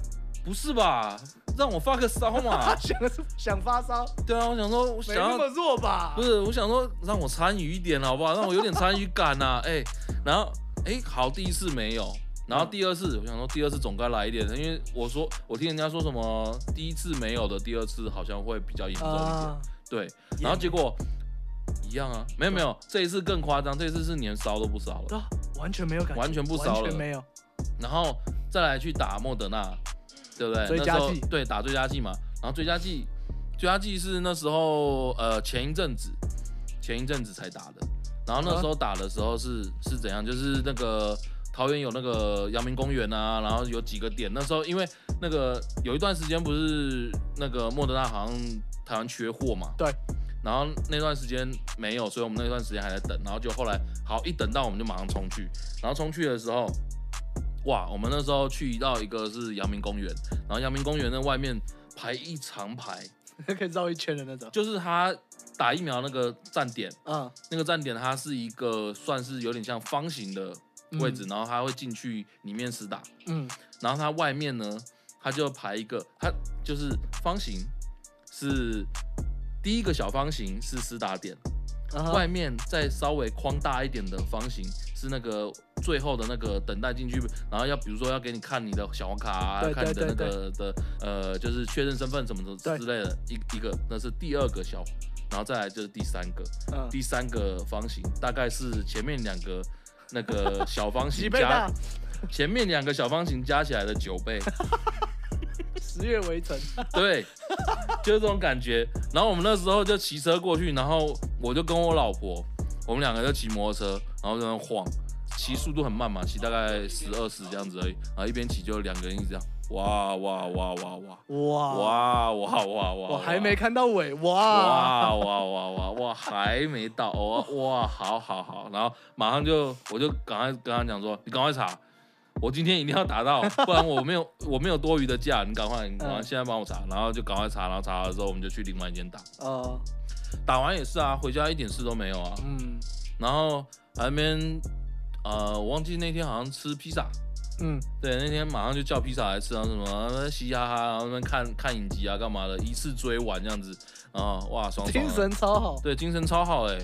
Speaker 1: 不是吧？让我发个烧嘛
Speaker 2: 他？想的是想发烧，
Speaker 1: 对啊，我想说，我
Speaker 2: 没
Speaker 1: 想
Speaker 2: 那么
Speaker 1: 要
Speaker 2: 弱吧？
Speaker 1: 不是，我想说让我参与一点好不好？让我有点参与感呐、啊， 哎、然后哎、好，第一次没有。然后第二次，我想说第二次总该来一点，因为我说我听人家说什么第一次没有的，第二次好像会比较严重一点。
Speaker 2: 啊，
Speaker 1: 对，然后结果一样啊，没有没有，这一次更夸张，这一次是连烧都不烧了，
Speaker 2: 啊，完全没有感觉，
Speaker 1: 完全不烧了
Speaker 2: 完全没有。
Speaker 1: 然后再来去打莫德纳，对不对？
Speaker 2: 追
Speaker 1: 那
Speaker 2: 加
Speaker 1: 时候
Speaker 2: 剂
Speaker 1: 对，打追加剂嘛，然后追加剂，追加剂是那时候呃前一阵子，前一阵子才打的，然后那
Speaker 2: 啊
Speaker 1: 时候打的时候是是怎样？就是那个。桃园有那个阳明公园啊，然后有几个点。那时候因为那个有一段时间不是那个莫德纳好像台湾缺货嘛，
Speaker 2: 对，
Speaker 1: 然后那段时间没有，所以我们那段时间还在等，然后就后来好一等到我们就马上冲去，然后冲去的时候，哇，我们那时候去到一个是阳明公园，然后阳明公园那外面排一长排，
Speaker 2: 可以绕一圈的那种。
Speaker 1: 就是他打疫苗那个站点，
Speaker 2: 嗯，
Speaker 1: 那个站点它是一个算是有点像方形的位置，然后他会进去里面实打，
Speaker 2: 嗯，
Speaker 1: 然后它外面呢，它就排一个，它就是方形是第一个小方形是施打点，
Speaker 2: 啊哈
Speaker 1: 外面再稍微框大一点的方形是那个最后的那个等待进去，然后要比如说要给你看你的小黄卡、啊，
Speaker 2: 对
Speaker 1: 看你的那
Speaker 2: 对对
Speaker 1: 个的呃就是确认身份什么的
Speaker 2: 对
Speaker 1: 之类的，一一个那是第二个小，然后再来就是第三个，
Speaker 2: 嗯，
Speaker 1: 第三个方形大概是前面两个那个小方
Speaker 2: 几
Speaker 1: 形
Speaker 2: 倍
Speaker 1: 加
Speaker 2: 大？
Speaker 1: 前面两个小方形加起来的九倍，
Speaker 2: 十月围 城，
Speaker 1: 对，就是这种感觉。然后我们那时候就骑车过去，然后我就跟我老婆，我们两个就骑摩托车，然后在那晃，骑速度很慢嘛，骑大概十二十这样子而已。然后一边骑就两个人一直这样，哇哇哇哇哇
Speaker 2: 哇
Speaker 1: 哇哇哇哇！
Speaker 2: 我还没看到尾，哇，
Speaker 1: 哇哇哇哇哇，还没到哇哇，好好好，然后马上就我就赶快跟他讲说，你赶快查，我今天一定要打到，不然我没有我没有多余的假，你赶快你赶快
Speaker 2: 嗯
Speaker 1: 现在帮我查，然后就赶快查，然后查了之后我们就去另外一间打，
Speaker 2: 呃，
Speaker 1: 打完也是啊，回家一点事都没有啊，
Speaker 2: 嗯
Speaker 1: 然后还边呃我忘记那天好像吃披萨，
Speaker 2: 嗯，
Speaker 1: 对，那天马上就叫披萨来吃啊，什么然后嘻嘻哈哈，然后那边看看影集啊干嘛的，一次追完这样子，然后哇爽爽的，
Speaker 2: 精神超好，
Speaker 1: 对，精神超好哎、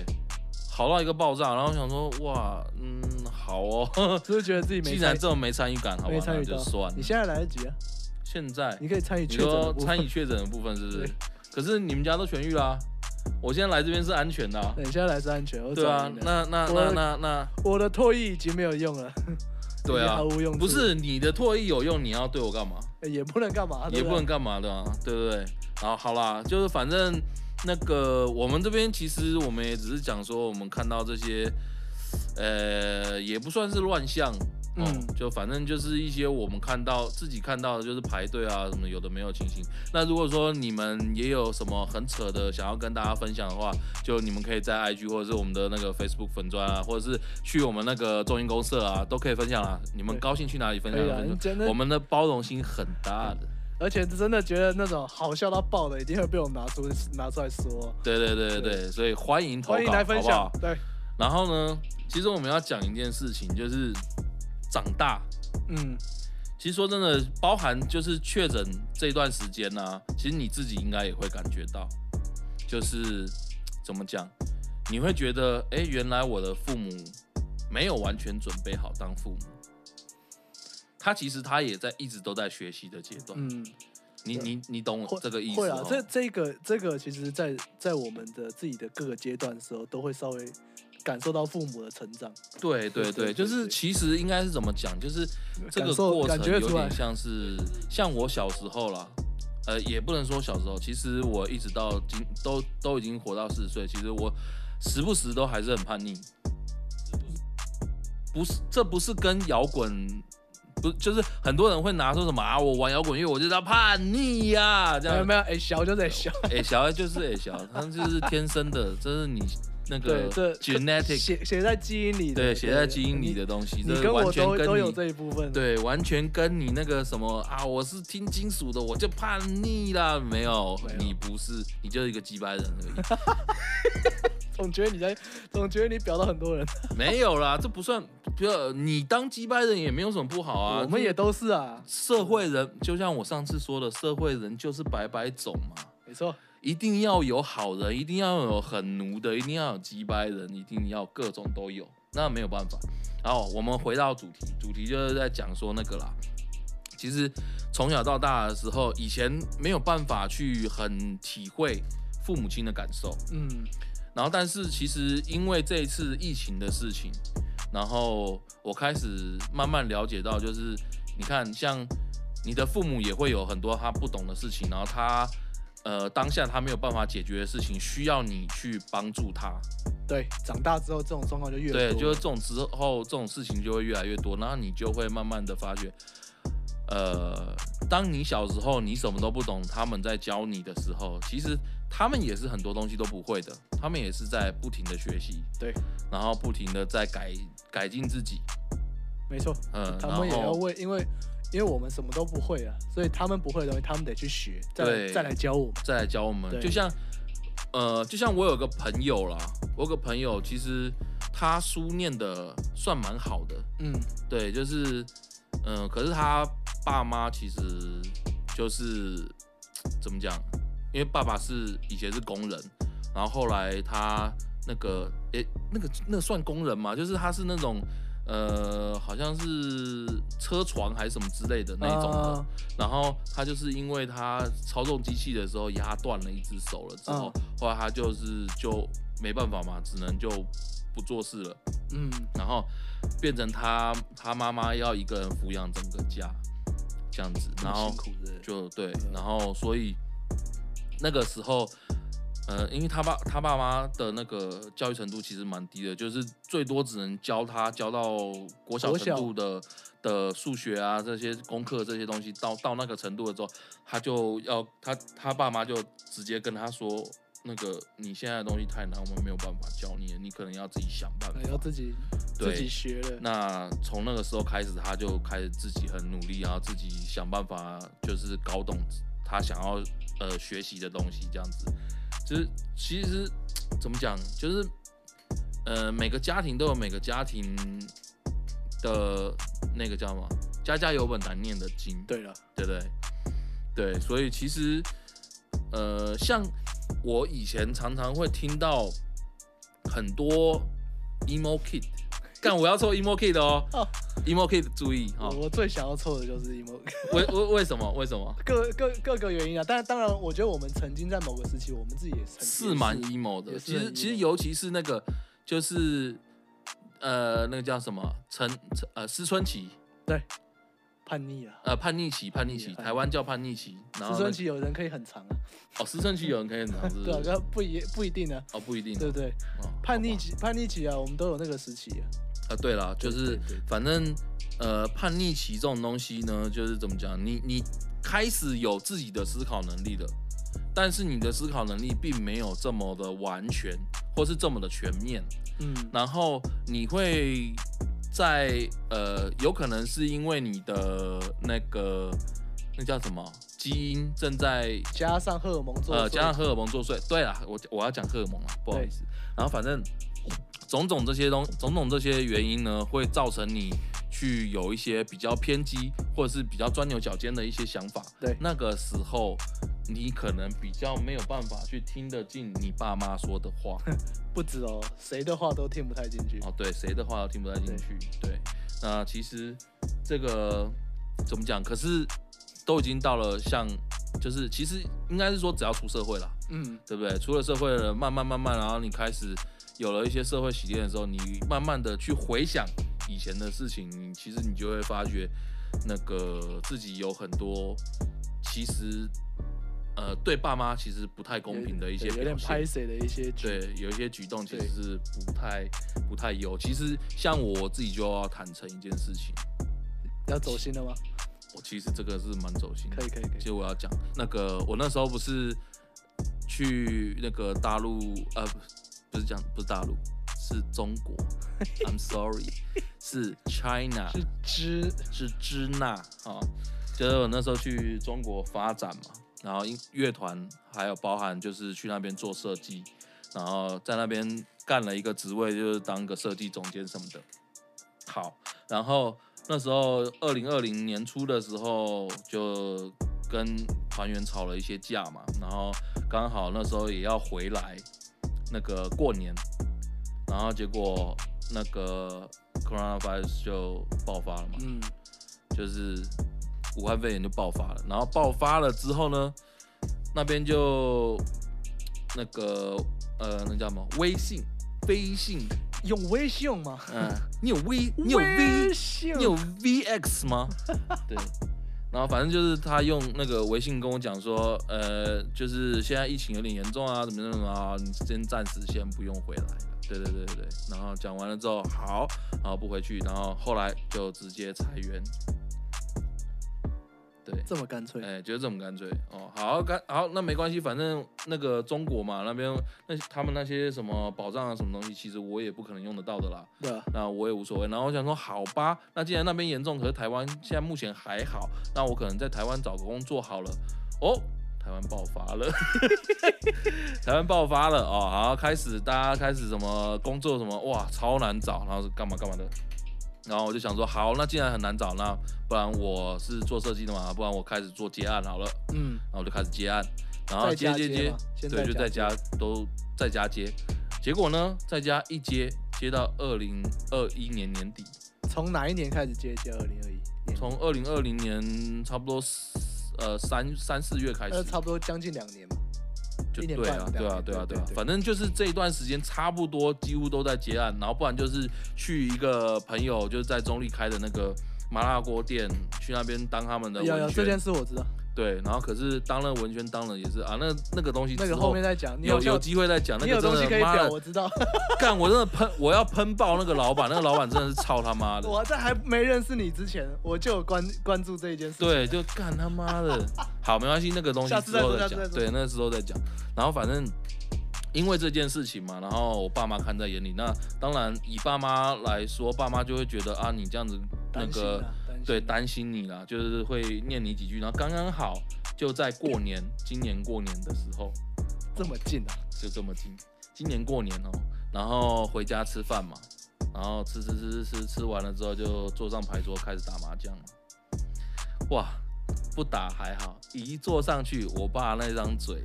Speaker 1: 好到一个爆炸。然后想说，哇，嗯，好哦，
Speaker 2: 是不是觉得自己
Speaker 1: 既
Speaker 2: 没参
Speaker 1: 然这么没参与感，好吧
Speaker 2: 没，
Speaker 1: 那
Speaker 2: 参与
Speaker 1: 就
Speaker 2: 到
Speaker 1: 算了
Speaker 2: 你。现在来得及啊，
Speaker 1: 现在
Speaker 2: 你可以参与
Speaker 1: 你
Speaker 2: 确诊的
Speaker 1: 说
Speaker 2: 部分
Speaker 1: 参与确诊的部分是不是
Speaker 2: 对？
Speaker 1: 可是你们家都痊愈啦、我现在来这边是安全的啊、
Speaker 2: 对，你现在来是安全，我
Speaker 1: 对啊
Speaker 2: 找你，的
Speaker 1: 那那那
Speaker 2: 我
Speaker 1: 那那，
Speaker 2: 我的唾液已经没有用了，
Speaker 1: 对
Speaker 2: 已经
Speaker 1: 啊
Speaker 2: 毫，无用处，哎
Speaker 1: 不是你的唾液有用，你要对我干嘛？
Speaker 2: 也不能干嘛，
Speaker 1: 也
Speaker 2: 对
Speaker 1: 不能干嘛的、啊，对不对？然后好啦，就是反正那个我们这边其实我们也只是讲说，我们看到这些呃，也不算是乱象，哦、
Speaker 2: 嗯
Speaker 1: 就反正就是一些我们看到自己看到的，就是排队啊什么有的没有情形。那如果说你们也有什么很扯的想要跟大家分享的话，就你们可以在 IG 或者是我们的那个 Facebook 粉砖啊，或者是去我们那个中英公社啊，都可以分享啊。你们
Speaker 2: 对
Speaker 1: 高兴去哪里分享
Speaker 2: 可以啊
Speaker 1: 就分享
Speaker 2: 真的
Speaker 1: 我们的包容心很大的。
Speaker 2: 而且真的觉得那种好笑到爆的，一定会被我拿出拿出来说。
Speaker 1: 对对对对对，所以欢迎投稿，
Speaker 2: 欢迎来分
Speaker 1: 好不好
Speaker 2: 享，对，
Speaker 1: 然后呢，其实我们要讲一件事情，就是长大。
Speaker 2: 嗯，
Speaker 1: 其实说真的，包含就是确诊这段时间呢、其实你自己应该也会感觉到，就是怎么讲，你会觉得，哎，原来我的父母没有完全准备好当父母。他其实他也在一直都在学习的阶段，
Speaker 2: 嗯，
Speaker 1: 你你你懂我
Speaker 2: 会
Speaker 1: 这个意思
Speaker 2: 会啊
Speaker 1: 哦，
Speaker 2: 这这个这个，其实在，在我们的自己的各个阶段的时候，都会稍微感受到父母的成长，
Speaker 1: 对对
Speaker 2: 对
Speaker 1: 对，
Speaker 2: 对
Speaker 1: 就是
Speaker 2: 对
Speaker 1: 其实应该是怎么讲，就是这个
Speaker 2: 感受
Speaker 1: 过程
Speaker 2: 感觉
Speaker 1: 有
Speaker 2: 出来
Speaker 1: 点像是像我小时候啦，呃，也不能说小时候，其实我一直到今都都已经活到四十岁，其实我时不时都还是很叛逆。不是，这不是跟摇滚，不就是很多人会拿出什么啊，我玩摇滚乐我就是要叛逆呀、这
Speaker 2: 没有
Speaker 1: 样
Speaker 2: 没。有，哎、小就在小，
Speaker 1: 哎、小孩就是哎、小，他们就是天生的，这是你那
Speaker 2: 对
Speaker 1: 个，
Speaker 2: 这
Speaker 1: genetic
Speaker 2: 写写在基因里的，
Speaker 1: 对，写在基因里的东西，
Speaker 2: 你，你
Speaker 1: 这
Speaker 2: 跟
Speaker 1: 完
Speaker 2: 我
Speaker 1: 全
Speaker 2: 都
Speaker 1: 跟
Speaker 2: 都有
Speaker 1: 你
Speaker 2: 这一部分，，
Speaker 1: 对，完全跟你那个什么啊，我是听金属的，我就叛逆啦，没有，
Speaker 2: 没有
Speaker 1: 你不是，你就是一个鸡掰人而已，
Speaker 2: 总觉得你在，总觉得你表到很多人，
Speaker 1: 没有啦，这不算，不要你当鸡掰人也没有什么不好啊，
Speaker 2: 我们
Speaker 1: 就
Speaker 2: 也都是啊，
Speaker 1: 社会人，就像我上次说的，社会人就是百百种嘛。
Speaker 2: 没错，
Speaker 1: 一定要有好人，一定要有很奴的，一定要有鸡掰人，一定要各种都有，那没有办法。然后我们回到主题，主题就是在讲说那个啦。其实从小到大的时候，以前没有办法去很体会父母亲的感受，
Speaker 2: 嗯，
Speaker 1: 然后但是其实因为这一次疫情的事情，然后我开始慢慢了解到，就是你看，像你的父母也会有很多他不懂的事情，然后他呃当下他没有办法解决的事情，需要你去帮助他。
Speaker 2: 对，长大之后这种状况就越
Speaker 1: 对，
Speaker 2: 多
Speaker 1: 就是这种之后这种事情就会越来越多，然后你就会慢慢的发觉，呃，当你小时候你什么都不懂，他们在教你的时候，其实他们也是很多东西都不会的，他们也是在不停的学习，
Speaker 2: 对，
Speaker 1: 然后不停的在改改进自己，
Speaker 2: 没错，
Speaker 1: 嗯，
Speaker 2: 他
Speaker 1: 然后
Speaker 2: 们也要为，因为因为我们什么都不会啊，所以他们不会的东西，他们得去学，再来
Speaker 1: 对
Speaker 2: 再来教我们。
Speaker 1: 再来教我们，
Speaker 2: 对
Speaker 1: 就像呃，就像我有个朋友啦，我有个朋友其实他书念的算蛮好的，
Speaker 2: 嗯，
Speaker 1: 对，就是，嗯、可是他爸妈其实就是怎么讲？因为爸爸是以前是工人，然后后来他那个，诶、那个那算工人吗？就是他是那种，呃，好像是车床还是什么之类的那一种的。
Speaker 2: 啊
Speaker 1: 然后他就是因为他操纵机器的时候压断了一只手了之后，后来他就是就没办法嘛，只能就不做事了。
Speaker 2: 嗯，
Speaker 1: 然后变成他他妈妈要一个人抚养整个家这样子，然后
Speaker 2: 辛苦的，
Speaker 1: 就对，然后所以那个时候，呃，因为他爸他爸妈的那个教育程度其实蛮低的，就是最多只能教他教到国小程
Speaker 2: 国小
Speaker 1: 度的的数学啊这些功课这些东西，到到那个程度了之后，他就要他他爸妈就直接跟他说。那个你现在的东西太难，我们没有办法教你了，你可能要自己想办法。
Speaker 2: 哎要自己
Speaker 1: 对
Speaker 2: 自己学了。
Speaker 1: 那从那个时候开始，他就开始自己很努力，然后自己想办法，就是搞懂他想要呃学习的东西，这样子。就是其实怎么讲，就是呃每个家庭都有每个家庭的那个叫什么，家家有本难念的经。
Speaker 2: 对了，
Speaker 1: 对不对？对，所以其实，呃，像我以前常常会听到很多 emo kid，但我要做 emo kid 哦
Speaker 2: 哦
Speaker 1: ，emo kid 注意哈、哦，
Speaker 2: 我最想要凑的就是 emo，
Speaker 1: 为为为什么？为什么？
Speaker 2: 各各各个原因啊。但当然，我觉得我们曾经在某个时期，我们自己也曾
Speaker 1: 是蛮
Speaker 2: 也
Speaker 1: emo 的，
Speaker 2: 也
Speaker 1: 其
Speaker 2: 是
Speaker 1: 实
Speaker 2: 很
Speaker 1: 其实
Speaker 2: emo
Speaker 1: 尤其是那个就是呃那个叫什么陈陈呃思春期
Speaker 2: 叛逆啊。
Speaker 1: 呃叛逆期叛逆期，
Speaker 2: 叛逆
Speaker 1: 台湾叫叛逆期，然后
Speaker 2: 思
Speaker 1: 那
Speaker 2: 春期有人可以很长啊，
Speaker 1: 哦思春期有人可以很长是不
Speaker 2: 对啊，
Speaker 1: 是？
Speaker 2: 那不一不一定啊，
Speaker 1: 哦不一定，
Speaker 2: 对不对？
Speaker 1: 哦
Speaker 2: 叛逆
Speaker 1: 好吧
Speaker 2: 期叛逆期啊，我们都有那个时期啊。
Speaker 1: 啊，对啦，就
Speaker 2: 对
Speaker 1: 是
Speaker 2: 对对
Speaker 1: 反正呃，叛逆期这种东西呢，就是怎么讲，你你开始有自己的思考能力了，但是你的思考能力并没有这么的完全，或是这么的全面，
Speaker 2: 嗯，
Speaker 1: 然后你会在呃，有可能是因为你的那个那叫什么基因正在
Speaker 2: 加上荷尔蒙作
Speaker 1: 呃，
Speaker 2: 祟
Speaker 1: 加上荷尔蒙作祟。对啦，我我要讲荷尔蒙了，不好意思。然后反正种种这些东，种种这些原因呢，会造成你去有一些比较偏激或者是比较钻牛角尖的一些想法。
Speaker 2: 对
Speaker 1: 那个时候你可能比较没有办法去听得进你爸妈说的 话。
Speaker 2: 不止哦，谁的话都听不太进去。
Speaker 1: 哦，对，谁的话都听不太进去。对，那其实这个怎么讲？可是都已经到了像，就是其实应该是说，只要出社会啦。
Speaker 2: 嗯，
Speaker 1: 对不对？出了社会了，慢慢慢慢，然后你开始有了一些社会洗练的时候，你慢慢的去回想以前的事情，你其实你就会发觉，那个自己有很多其实呃对爸妈其实不太公平的一些
Speaker 2: 有有
Speaker 1: 表
Speaker 2: 点
Speaker 1: 现
Speaker 2: 拍。谁的一些局，
Speaker 1: 对，有一些举动其
Speaker 2: 对
Speaker 1: 实是不太不太优。其实像我自己就要坦诚一件事情，
Speaker 2: 要走心了吗？
Speaker 1: 我其实这个是蛮走心的
Speaker 2: 可。以可以可
Speaker 1: 其
Speaker 2: 以，
Speaker 1: 实我要讲那个，我那时候不是去那个大陆，呃，不是不是讲不是大陆，是中国。I'm sorry，是 China，
Speaker 2: 是知
Speaker 1: 是支那啊、哦就是我那时候去中国发展嘛，然后音乐团还有包含就是去那边做设计，然后在那边干了一个职位，就是当个设计总监什么的。好，然后那时候二零二零年初的时候，就跟团员吵了一些架嘛，然后刚好那时候也要回来那个过年，然后结果那个 coronavirus 就爆发了嘛，
Speaker 2: 嗯，
Speaker 1: 就是武汉肺炎就爆发了，然后爆发了之后呢，那边就那个呃那叫什么微信。微信，
Speaker 2: 用微信吗？
Speaker 1: 嗯、你有微，你有微
Speaker 2: 微，信，
Speaker 1: 你有 VX 吗？ 对，然后反正就是他用那个微信跟我讲说，呃，就是现在疫情有点严重啊，怎么怎么啊，你先暂时先不用回来了。对对对对对，然后讲完了之后，好，然后不回去，然后后来就直接裁员。对，
Speaker 2: 这么干脆？
Speaker 1: 哎、就是这么干脆哦。好，干好，那没关系，反正那个中国嘛，那边那他们那些什么保障啊，什么东西，其实我也不可能用得到的啦。
Speaker 2: 对吧？
Speaker 1: 那我也无所谓。然后我想说，好吧，那既然那边严重，可是台湾现在目前还好，那我可能在台湾找个工作好了。哦，台湾爆发了， 台湾爆发了哦，好，开始大家开始什么工作什么，哇，超难找，然后是干嘛干嘛的。然后我就想说，好，那既然很难找，那不然我是做设计的嘛，不然我开始做接案好了。
Speaker 2: 嗯，
Speaker 1: 然后我就开始接案，然后接
Speaker 2: 在家
Speaker 1: 接
Speaker 2: 接
Speaker 1: 接
Speaker 2: 吗，先
Speaker 1: 对，
Speaker 2: 在
Speaker 1: 就
Speaker 2: 家
Speaker 1: 在
Speaker 2: 接
Speaker 1: 家都在家接。结果呢，在家一接接到二零二一年年底，
Speaker 2: 从哪一年开始接接二零二一？
Speaker 1: 从二零二零年差不多四呃三三四月开始
Speaker 2: 呃，，差不多将近两年吧。
Speaker 1: 就
Speaker 2: 一年
Speaker 1: 对
Speaker 2: 半
Speaker 1: 啊
Speaker 2: 两
Speaker 1: 对啊
Speaker 2: 年
Speaker 1: 对啊
Speaker 2: 对
Speaker 1: 对啊
Speaker 2: 对，对
Speaker 1: 反正就是这一段时间差不多几乎都在接案，然后不然就是去一个朋友就是在中立开的那个麻辣锅店，去那边当他们的
Speaker 2: 有有
Speaker 1: 文
Speaker 2: 这件
Speaker 1: 宣，
Speaker 2: 事我知道，
Speaker 1: 对，然后可是当了文宣当了也是啊，那那个东西
Speaker 2: 那
Speaker 1: 之
Speaker 2: 个后面再讲。你
Speaker 1: 有
Speaker 2: 好像
Speaker 1: 有机会再讲，那
Speaker 2: 你
Speaker 1: 个
Speaker 2: 有
Speaker 1: 真
Speaker 2: 东西可
Speaker 1: 的
Speaker 2: 以
Speaker 1: 妈
Speaker 2: 表，
Speaker 1: 的
Speaker 2: 我 知道。
Speaker 1: 干，我真的喷，我要喷爆那个老板，那个老板真的是操他妈的，
Speaker 2: 我在还没认识你之前，我就有关关注这一件事。，
Speaker 1: 对，就干他妈的。好，没关系，那个东西
Speaker 2: 下次
Speaker 1: 之
Speaker 2: 再
Speaker 1: 后
Speaker 2: 说下次
Speaker 1: 讲
Speaker 2: 再，说
Speaker 1: 对，那个时候再讲。然后反正因为这件事情嘛，然后我爸妈看在眼里，那当然以爸妈来说，爸妈就会觉得啊，你这样子那
Speaker 2: 担心
Speaker 1: 个
Speaker 2: 啊，担心
Speaker 1: 对，担心你啦，就是会念你几句，然后刚刚好就在过年，今年过年的时候，
Speaker 2: 这么近啊，
Speaker 1: 就这么近。今年过年哦，然后回家吃饭嘛，然后吃吃吃吃吃吃完了之后就坐上牌桌开始打麻将了。哇，不打还好，一坐上去，我爸那张嘴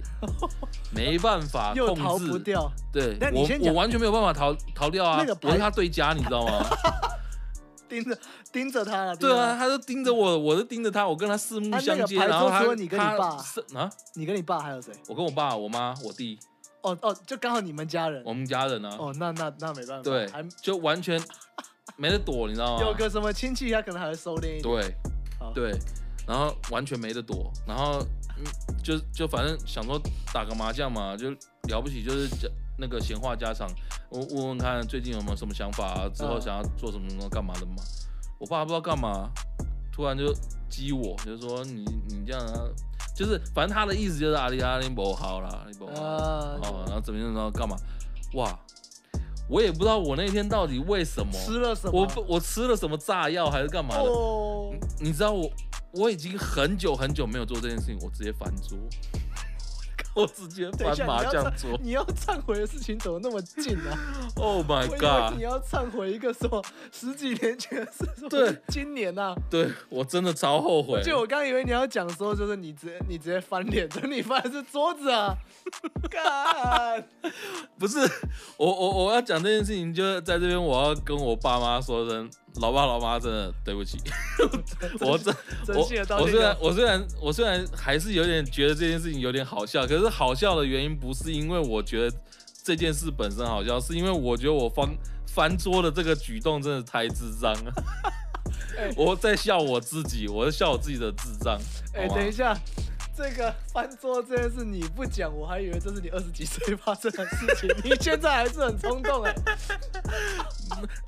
Speaker 1: 没办法
Speaker 2: 又
Speaker 1: 啊控
Speaker 2: 逃不
Speaker 1: 制，
Speaker 2: 掉。
Speaker 1: 对
Speaker 2: 那你
Speaker 1: 我
Speaker 2: 先
Speaker 1: 我
Speaker 2: 讲
Speaker 1: 完全没有办法逃逃掉啊
Speaker 2: 那个！牌
Speaker 1: 我跟他对家，你知道吗？
Speaker 2: 盯着盯着他了。
Speaker 1: 对
Speaker 2: 盯着
Speaker 1: 啊，
Speaker 2: 他，
Speaker 1: 他就盯着我，我就盯着他，我跟他四目
Speaker 2: 啊那
Speaker 1: 相
Speaker 2: 个
Speaker 1: 接，
Speaker 2: 牌
Speaker 1: 然后
Speaker 2: 桌
Speaker 1: 他
Speaker 2: 除了你跟你
Speaker 1: 他
Speaker 2: 爸
Speaker 1: 是啊，
Speaker 2: 你跟你爸还有谁？
Speaker 1: 我跟我爸、我妈、我弟、
Speaker 2: 哦哦，就刚好你们家人。
Speaker 1: 我们家人啊，
Speaker 2: 哦，那那那没办法，
Speaker 1: 对哦
Speaker 2: 还，
Speaker 1: 就完全没得躲，你知道吗？
Speaker 2: 有个什么亲戚，他可能还会收敛一点。
Speaker 1: 对
Speaker 2: 好
Speaker 1: 对，然后完全没得躲，然后嗯，就就反正想说打个麻将嘛，就了不起就是讲那个闲话家常，我问问看最近有没有什么想法啊，之后
Speaker 2: 嗯
Speaker 1: 想要做什么什么干嘛的嘛。我爸不知道干嘛，突然就激我，就说你你这样啊，就是反正他的意思就是阿里阿里不好啦，你不好啦，
Speaker 2: 啊
Speaker 1: 哦，然后怎么样，然后干嘛？哇，我也不知道我那天到底为什么，
Speaker 2: 吃了什么？
Speaker 1: 我不嗯我吃了什么炸药还是干嘛的？
Speaker 2: 哦，
Speaker 1: 你知道我我已经很久很久没有做这件事情，我直接翻 桌，我直接
Speaker 2: 等一
Speaker 1: 翻
Speaker 2: 下，
Speaker 1: 麻
Speaker 2: 你要
Speaker 1: 将
Speaker 2: 忏
Speaker 1: 桌。
Speaker 2: 你要忏悔的事情怎么那么近 啊？
Speaker 1: Oh
Speaker 2: 我
Speaker 1: my
Speaker 2: 以为
Speaker 1: god！
Speaker 2: 你要忏悔一个什么十几年前的事，什么
Speaker 1: 对
Speaker 2: 今年呐、啊。
Speaker 1: 对我真的超后悔。
Speaker 2: 就我刚以为你要讲说，就是你直你直接翻脸，就你翻的是桌子啊！ 干，
Speaker 1: 不是我我我要讲这件事情，就是在这边我要跟我爸妈说声，老爸老妈真的对 不起，我真
Speaker 2: 真心的道
Speaker 1: 我我
Speaker 2: 歉
Speaker 1: 虽然
Speaker 2: 就。
Speaker 1: 我虽然我虽然还是有点觉得这件事情有点好笑，可是好笑的原因不是因为我觉得这件事本身好笑，是因为我觉得我翻翻桌的这个举动真的太智障了。
Speaker 2: 哎
Speaker 1: 我在笑我自己，我在笑我自己的智障。
Speaker 2: 哎、
Speaker 1: 好吗
Speaker 2: 等一下，这个翻桌这件事你不讲，我还以为这是你二十几岁发生的事情，你现在还是很冲 动哎、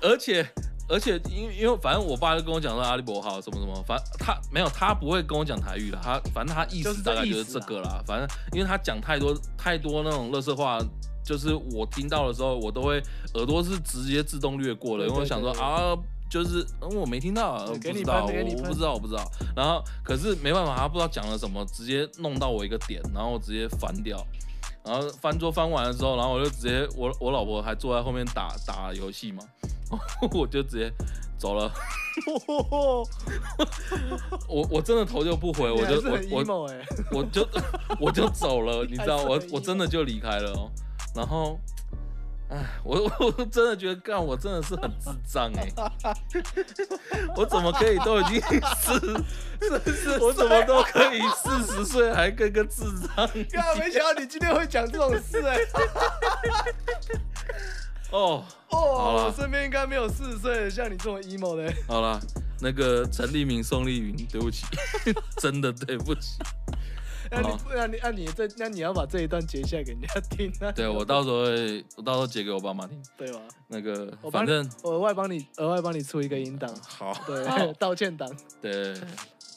Speaker 1: 而且而且，因为因为反正我爸就跟我讲说阿里伯好什么什么，反正他没有他不会跟我讲台语的，他反正他意
Speaker 2: 就是
Speaker 1: 思
Speaker 2: 这
Speaker 1: 大概就
Speaker 2: 意
Speaker 1: 是
Speaker 2: 思啊
Speaker 1: 这
Speaker 2: 啦
Speaker 1: 个啦，反正因为他讲太多太多那种乐色话。就是我听到的时候，我都会耳朵是直接自动略过的，
Speaker 2: 对
Speaker 1: 因为我想说
Speaker 2: 对对
Speaker 1: 啊，就是嗯我没听到啊，
Speaker 2: 对
Speaker 1: 不
Speaker 2: 给你
Speaker 1: 知道，我
Speaker 2: 喷给你
Speaker 1: 我不
Speaker 2: 喷
Speaker 1: 知道，我不知道。然后可是没办法，他不知道讲了什么，直接弄到我一个点，然后我直接翻掉。然后翻桌翻完了之后，然后我就直接我我老婆还坐在后面打打游戏嘛， 我就直接走了， 我我真的头就不回，
Speaker 2: 你
Speaker 1: 我
Speaker 2: 还
Speaker 1: 就是
Speaker 2: 很
Speaker 1: 我我
Speaker 2: emo 哎、
Speaker 1: 我就我就走 了，你知道
Speaker 2: 还是
Speaker 1: 我
Speaker 2: 很
Speaker 1: 我
Speaker 2: emo
Speaker 1: 真的就离开了哦，然后。哎，我我真的觉得干，我真的是很智障哎、我怎么可以都已经四，是我怎么都可以四十岁还跟个智障一样
Speaker 2: 干，没想到你今天会讲这种 事哎、
Speaker 1: 哦？好
Speaker 2: 哦，
Speaker 1: 啦
Speaker 2: 我身边应该没有四十岁的像你这种 emo 的、
Speaker 1: 好啦，那个陈立明、宋丽云，对不起， 真的对不起。
Speaker 2: 那你
Speaker 1: 好
Speaker 2: 那你那你这那你要把这一段截下来给人家听啊？
Speaker 1: 对我到时候会，我到时候截给我爸妈听。
Speaker 2: 对吧？
Speaker 1: 那个
Speaker 2: 我，帮
Speaker 1: 反
Speaker 2: 你
Speaker 1: 正
Speaker 2: 我额外帮你额外帮你出一个音档，
Speaker 1: 好，
Speaker 2: 对，道歉档。
Speaker 1: 对，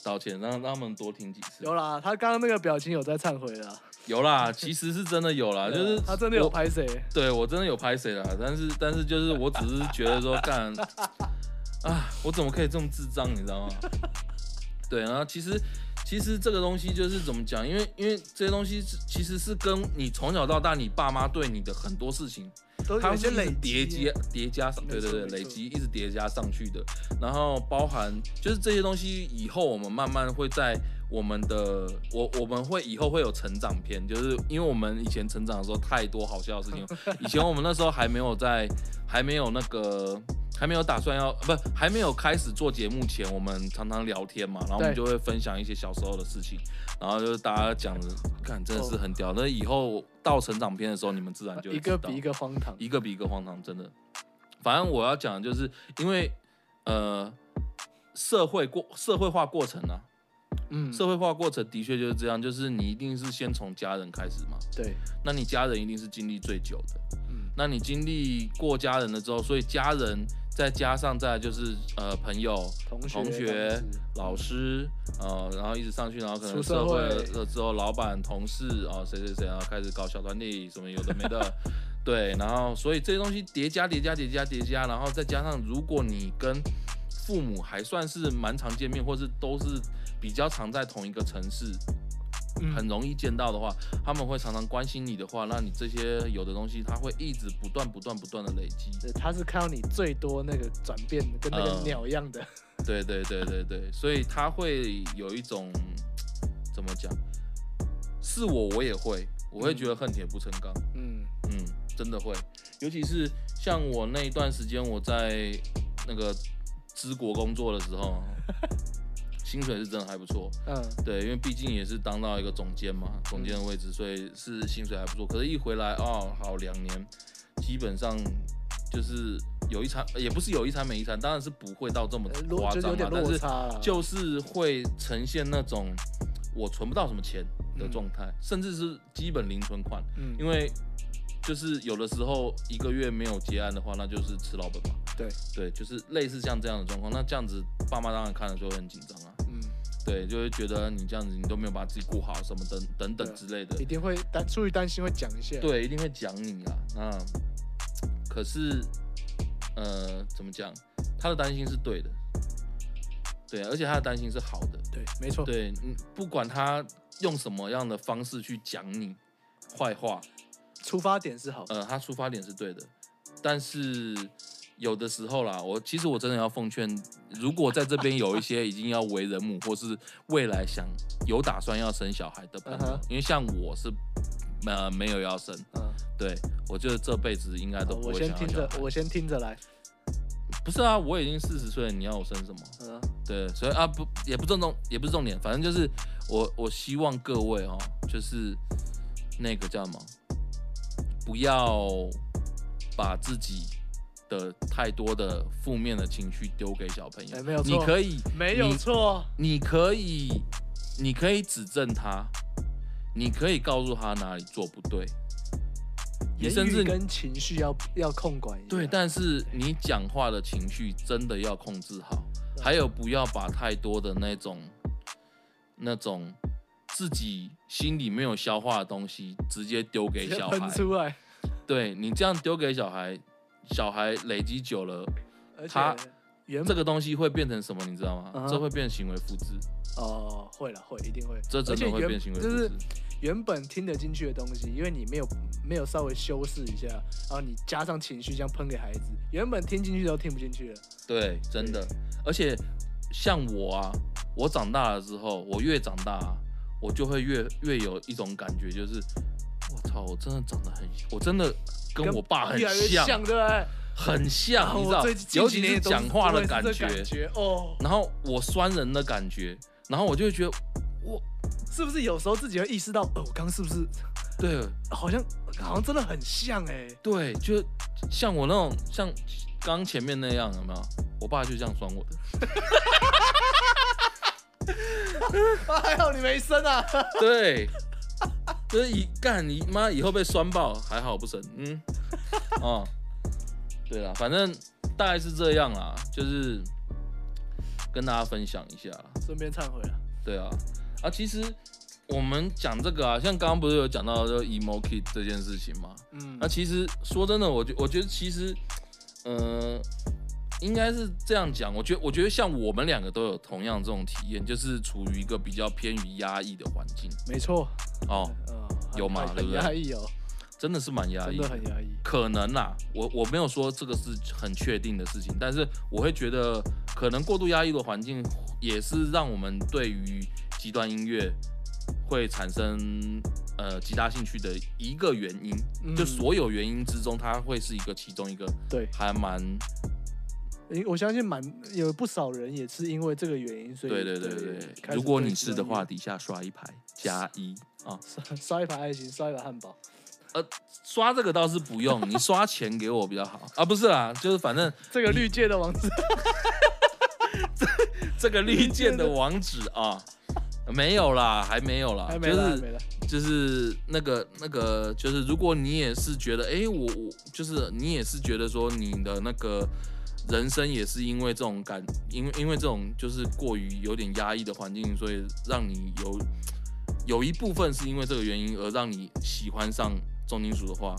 Speaker 1: 道歉，让让他们多听几次。
Speaker 2: 有啦，他刚刚那个表情有在忏悔啦，
Speaker 1: 有啦，其实是真的有 啦，就是
Speaker 2: 对啊他真的有
Speaker 1: 我
Speaker 2: 拍谁？
Speaker 1: 对我真的有拍谁啦，但是但是就是我只是觉得说干，啊，我怎么可以这么智障，你知道吗？ 对，然后其实其实这个东西就是怎么讲，因为因为这些东西是其实是跟你从小到大你爸妈对你的很多事情，
Speaker 2: 都
Speaker 1: 它
Speaker 2: 有一
Speaker 1: 是
Speaker 2: 些
Speaker 1: 一
Speaker 2: 累啊
Speaker 1: 直叠加叠加上，
Speaker 2: 没
Speaker 1: 对对
Speaker 2: 错
Speaker 1: 对，
Speaker 2: 没
Speaker 1: 累
Speaker 2: 错
Speaker 1: 积一直叠加上去的，然后包含就是这些东西以后我们慢慢会在我们的我我们会以后会有成长篇，就是因为我们以前成长的时候太多好笑的事情，以前我们那时候还没有在还没有那个。还没有打算要不，还没有开始做节目前，我们常常聊天嘛，然后我们
Speaker 2: 对
Speaker 1: 就会分享一些小时候的事情，然后就是大家讲的，看真的是很屌。那以后到成长篇的时候，你们自然就会
Speaker 2: 哦一个
Speaker 1: 知道
Speaker 2: 比一个荒唐。
Speaker 1: 一个比一个荒唐，真的。反正我要讲的就是，因为呃，社会过社会化过程啊，
Speaker 2: 嗯，
Speaker 1: 社会化过程的确就是这样，就是你一定是先从家人开始嘛，
Speaker 2: 对，
Speaker 1: 那你家人一定是经历最久的，
Speaker 2: 嗯，
Speaker 1: 那你经历过家人了之后，所以家人再加上再来就是呃朋友、
Speaker 2: 同学
Speaker 1: 同学、老师，呃，然后一直上去，然后可能
Speaker 2: 出社
Speaker 1: 社
Speaker 2: 会
Speaker 1: 会了之后，老板、同事啊，谁谁谁，然后开始搞小团体，什么有的没的，对，然后所以这些东西叠加、叠加、叠加、叠加，然后再加上如果你跟父母还算是蛮常见面，或是都是比较常在同一个城市，
Speaker 2: 嗯
Speaker 1: 很容易见到的话，他们会常常关心你的话，那你这些有的东西，它会一直不断、不断、不断的累积。
Speaker 2: 对呃他是看到你最多那个转变，跟那个
Speaker 1: 嗯
Speaker 2: 鸟一样的。
Speaker 1: 对对对对对，所以他会有一种怎么讲？是我我也会，我会觉得恨铁不成钢，
Speaker 2: 嗯，
Speaker 1: 嗯，真的会。尤其是像我那一段时间我在那个知国工作的时候，薪水是真的还不错，
Speaker 2: 嗯，
Speaker 1: 对，因为毕竟也是当到一个总监嘛，总监的位置，所以是薪水还不错。可是，一回来哦，好两年，基本上就是有一餐，呃也不是有一餐没一餐，当然是不会到这么
Speaker 2: 呃
Speaker 1: 夸
Speaker 2: 落就是
Speaker 1: 张
Speaker 2: 有
Speaker 1: 嘛
Speaker 2: 点，
Speaker 1: 但
Speaker 2: 落
Speaker 1: 是
Speaker 2: 差啊了。
Speaker 1: 就是会呈现那种我存不到什么钱的状态，甚至是基本零存款，
Speaker 2: 嗯
Speaker 1: 因为就是有的时候一个月没有结案的话，那就是吃老本嘛。
Speaker 2: 对，
Speaker 1: 对，就是类似像这样的状况。那这样子，爸妈当然看了就会很紧张啊。
Speaker 2: 嗯，
Speaker 1: 对，就会觉得你这样子，你都没有把自己顾好，什么等等
Speaker 2: 对
Speaker 1: 等
Speaker 2: 啊
Speaker 1: 之类的
Speaker 2: 一。定会担出于担心会讲一些。，
Speaker 1: 对，一定会讲你啦。那可是，呃，怎么讲？他的担心是对的，对，啊而且他的担心是好的。
Speaker 2: 对，没错，
Speaker 1: 对，嗯，不管他用什么样的方式去讲你坏话，
Speaker 2: 出发点是好的。
Speaker 1: 呃，他出发点是对的，但是有的时候啦，我其实我真的要奉劝，如果在这边有一些已经要为人母，或是未来想有打算要生小孩的朋友
Speaker 2: 嗯哼
Speaker 1: 因为像我是呃没有要生，
Speaker 2: 嗯，
Speaker 1: 对我觉得这辈子应该都
Speaker 2: 好
Speaker 1: 不
Speaker 2: 我
Speaker 1: 会想
Speaker 2: 先
Speaker 1: 要
Speaker 2: 听
Speaker 1: 小
Speaker 2: 着
Speaker 1: 孩，。
Speaker 2: 我先听着来。
Speaker 1: 不是啊，我已经四十岁了，你要我生什么？
Speaker 2: 嗯，
Speaker 1: 对，所以啊不也不重重也不是重点，反正就是我我希望各位哦，就是那个叫什么，不要把自己的太多的负面的情绪丢给小朋友，
Speaker 2: 哎没有错
Speaker 1: 你可以
Speaker 2: 没有
Speaker 1: 你
Speaker 2: 错。
Speaker 1: 你可以你可以指正他，你可以告诉他哪里做不对，你
Speaker 2: 言
Speaker 1: 甚至
Speaker 2: 语跟情绪要要控管一下。
Speaker 1: 对，但是你讲话的情绪真的要控制好，
Speaker 2: 对
Speaker 1: 还有不要把太多的那种那种自己心里没有消化的东西直接丢给
Speaker 2: 直接
Speaker 1: 小
Speaker 2: 喷
Speaker 1: 孩。
Speaker 2: 出来，
Speaker 1: 对你这样丢给小孩，小孩累积久了，
Speaker 2: 而
Speaker 1: 他
Speaker 2: 且原
Speaker 1: 这
Speaker 2: 本
Speaker 1: 个东西会变成什么？你知道吗
Speaker 2: 嗯哼
Speaker 1: 这会变行为复制，
Speaker 2: 哦会了会一定会，
Speaker 1: 这
Speaker 2: 而
Speaker 1: 真
Speaker 2: 且
Speaker 1: 的会
Speaker 2: 原
Speaker 1: 变行为复
Speaker 2: 就
Speaker 1: 制。
Speaker 2: 是原本听得进去的东西，因为你没有没有稍微修饰一下，然后你加上情绪这样喷给孩子，原本听进去都听不进去了。
Speaker 1: 对，真的。而且像我啊，我长大了之后，我越长大、啊，我就会越越有一种感觉，就是我操，我真的长得很，我真的跟我爸很
Speaker 2: 越来越
Speaker 1: 像，
Speaker 2: 像，对不对？
Speaker 1: 很
Speaker 2: 啊
Speaker 1: 像，你知
Speaker 2: 我
Speaker 1: 道
Speaker 2: 最近，近
Speaker 1: 尤
Speaker 2: 几
Speaker 1: 其
Speaker 2: 年也都
Speaker 1: 讲话
Speaker 2: 都会
Speaker 1: 的
Speaker 2: 是
Speaker 1: 感
Speaker 2: 这
Speaker 1: 觉，
Speaker 2: 觉哦，
Speaker 1: 然后我酸人的感觉，然后我就会觉得我
Speaker 2: 是不是有时候自己会意识到，哦，我刚是不是
Speaker 1: 对
Speaker 2: 好像好像真的很像哎、
Speaker 1: 对，就像我那种像刚前面那样，有没有？我爸就这样酸我的。
Speaker 2: 啊还好你没生啊，
Speaker 1: 对，就是一干你妈以后被酸爆，还好不生，嗯，哦， 对啦，反正大概是这样啦，就是跟大家分享一下啦，
Speaker 2: 顺便忏悔了。
Speaker 1: 对啊，啊，其实我们讲这个啊，像刚刚不是有讲到就 emo kid 这件事情吗？
Speaker 2: 嗯
Speaker 1: 那、，其实说真的，我觉我觉得其实，呃，应该是这样讲。我觉我觉得像我们两个都有同样这种体验，就是处于一个比较偏于压抑的环境
Speaker 2: 没错。
Speaker 1: 哦，
Speaker 2: 嗯，
Speaker 1: 有嘛
Speaker 2: 很
Speaker 1: 对不
Speaker 2: 很
Speaker 1: 对
Speaker 2: 压抑哦，
Speaker 1: 真的是蛮压
Speaker 2: 真
Speaker 1: 抑
Speaker 2: 的很压抑。
Speaker 1: 可能啦，我我没有说这个是很确定的事情，但是我会觉得，可能过度压抑的环境也是让我们对于极端音乐会产生呃极大兴趣的一个原因。
Speaker 2: 嗯
Speaker 1: 就所有原因之中，它会是一个其中一个，
Speaker 2: 对，
Speaker 1: 还蛮
Speaker 2: 因我相信蛮有不少人也是因为这个原因，所以
Speaker 1: 对对对对
Speaker 2: 开
Speaker 1: 对。
Speaker 2: 始
Speaker 1: 如果
Speaker 2: 对
Speaker 1: 你
Speaker 2: 极
Speaker 1: 是的
Speaker 2: 端
Speaker 1: 话，底下刷一排加一啊，
Speaker 2: 音乐， 刷一盘爱心，刷一盘汉堡，
Speaker 1: 刷这个倒是不用，你刷钱给我比较好啊，不是啦，就是反正
Speaker 2: 这个绿界的王子，
Speaker 1: 这个绿箭的网址啊，没有啦，还没有啦，
Speaker 2: 还没
Speaker 1: 就
Speaker 2: 了，还没
Speaker 1: 是
Speaker 2: 了。
Speaker 1: 就是那个那个，就是如果你也是觉得，哎、我我就是你也是觉得说你的那个人生也是因为这种感，因为因为这种就是过于有点压抑的环境，所以让你有有一部分是因为这个原因而让你喜欢上重金属的话，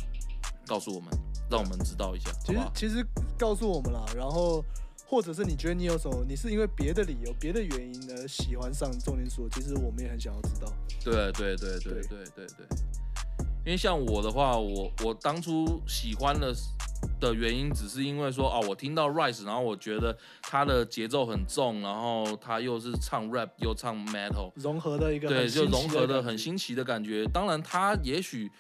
Speaker 1: 告诉我们，让我们知道一下，好
Speaker 2: 其
Speaker 1: 不
Speaker 2: 实
Speaker 1: 好？
Speaker 2: 其实告诉我们啦，然后或者是你觉得你有什么，你是因为别的理由、别的原因而喜欢上重金属，其实我们也很想要知道。
Speaker 1: 对对对对
Speaker 2: 对
Speaker 1: 对对对，因为像我的话，我我当初喜欢的的原因，只是因为说啊，我听到 Rise，然后我觉得他的节奏很重，然后他又是唱 rap 又唱 metal，
Speaker 2: 融合的一个
Speaker 1: 对，
Speaker 2: 很
Speaker 1: 就
Speaker 2: 新奇
Speaker 1: 融合
Speaker 2: 的
Speaker 1: 的
Speaker 2: 感
Speaker 1: 很
Speaker 2: 觉，
Speaker 1: 新奇的感觉。当然，他也许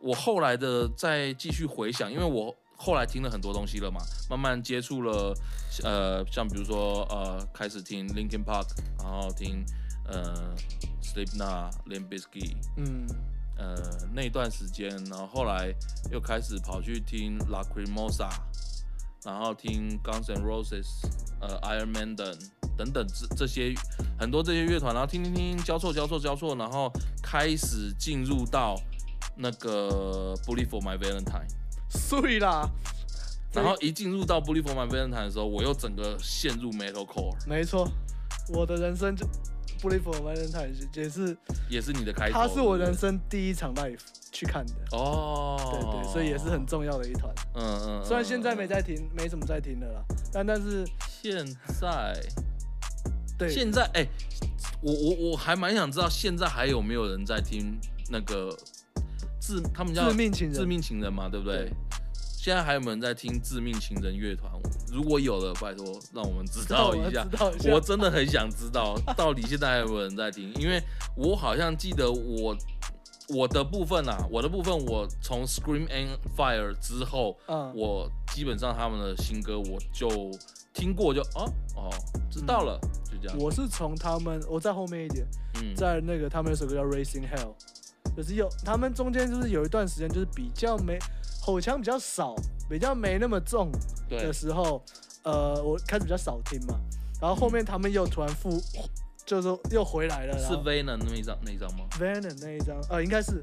Speaker 1: 我后来的再继续回想，因为我后来听了很多东西了嘛，慢慢接触了，呃，像比如说呃，开始听 Linkin Park，然后听呃 Slipknot、Limp Bizkit，
Speaker 2: 嗯，
Speaker 1: 呃那一段时间，然后后来又开始跑去听 Lacrimosa，然后听 Guns N' Roses，呃 Iron Maiden 等等这这些很多这些乐团，然后听听听交错交错交错，然后开始进入到那个《Bully for My Valentine》，
Speaker 2: 碎啦，
Speaker 1: 然后一进入到《Bully for My Valentine》的时候，我又整个陷入 metalcore，
Speaker 2: 没错，我的人生就布利弗曼人泰也是，
Speaker 1: 也是你的开头。
Speaker 2: 他是我人
Speaker 1: 对
Speaker 2: 生第一场 live 去看的，
Speaker 1: 不对哦，
Speaker 2: 对对，所以也是很重要的一团。
Speaker 1: 嗯嗯嗯。
Speaker 2: 虽然现在
Speaker 1: 嗯，
Speaker 2: 没在听，没怎么在听的啦，但但是
Speaker 1: 现在
Speaker 2: 对，
Speaker 1: 现在哎、我我我还蛮想知道现在还有没有人在听那个致他们叫
Speaker 2: 致命情人，
Speaker 1: 致命情人嘛，对不对？
Speaker 2: 对
Speaker 1: 现在还有没有人在听致命情人乐团？如果有的，拜托让我们知
Speaker 2: 知道
Speaker 1: 道一下
Speaker 2: 知。道一下，
Speaker 1: 我真的很想知道，到底现在还有没有人在听？因为我好像记得我我的部分啊，我的部分，我从 Scream and Fire 之后，
Speaker 2: 嗯
Speaker 1: 我基本上他们的新歌我就听过就，哦哦知道了，
Speaker 2: 嗯
Speaker 1: 就这样。
Speaker 2: 我是从他们，我在后面一点，
Speaker 1: 嗯，
Speaker 2: 在那个他们有首歌叫《Racing Hell》，就是有他们中间就是有一段时间就是比较没吼腔比较少，比较没那么重
Speaker 1: 对
Speaker 2: 的，时候，呃，我开始比较少听嘛，然后后面他们又突然复，就是说又回来了，然
Speaker 1: 是
Speaker 2: 后
Speaker 1: Venom 那一张那一张吗？
Speaker 2: Venom 那一张，呃，应该是，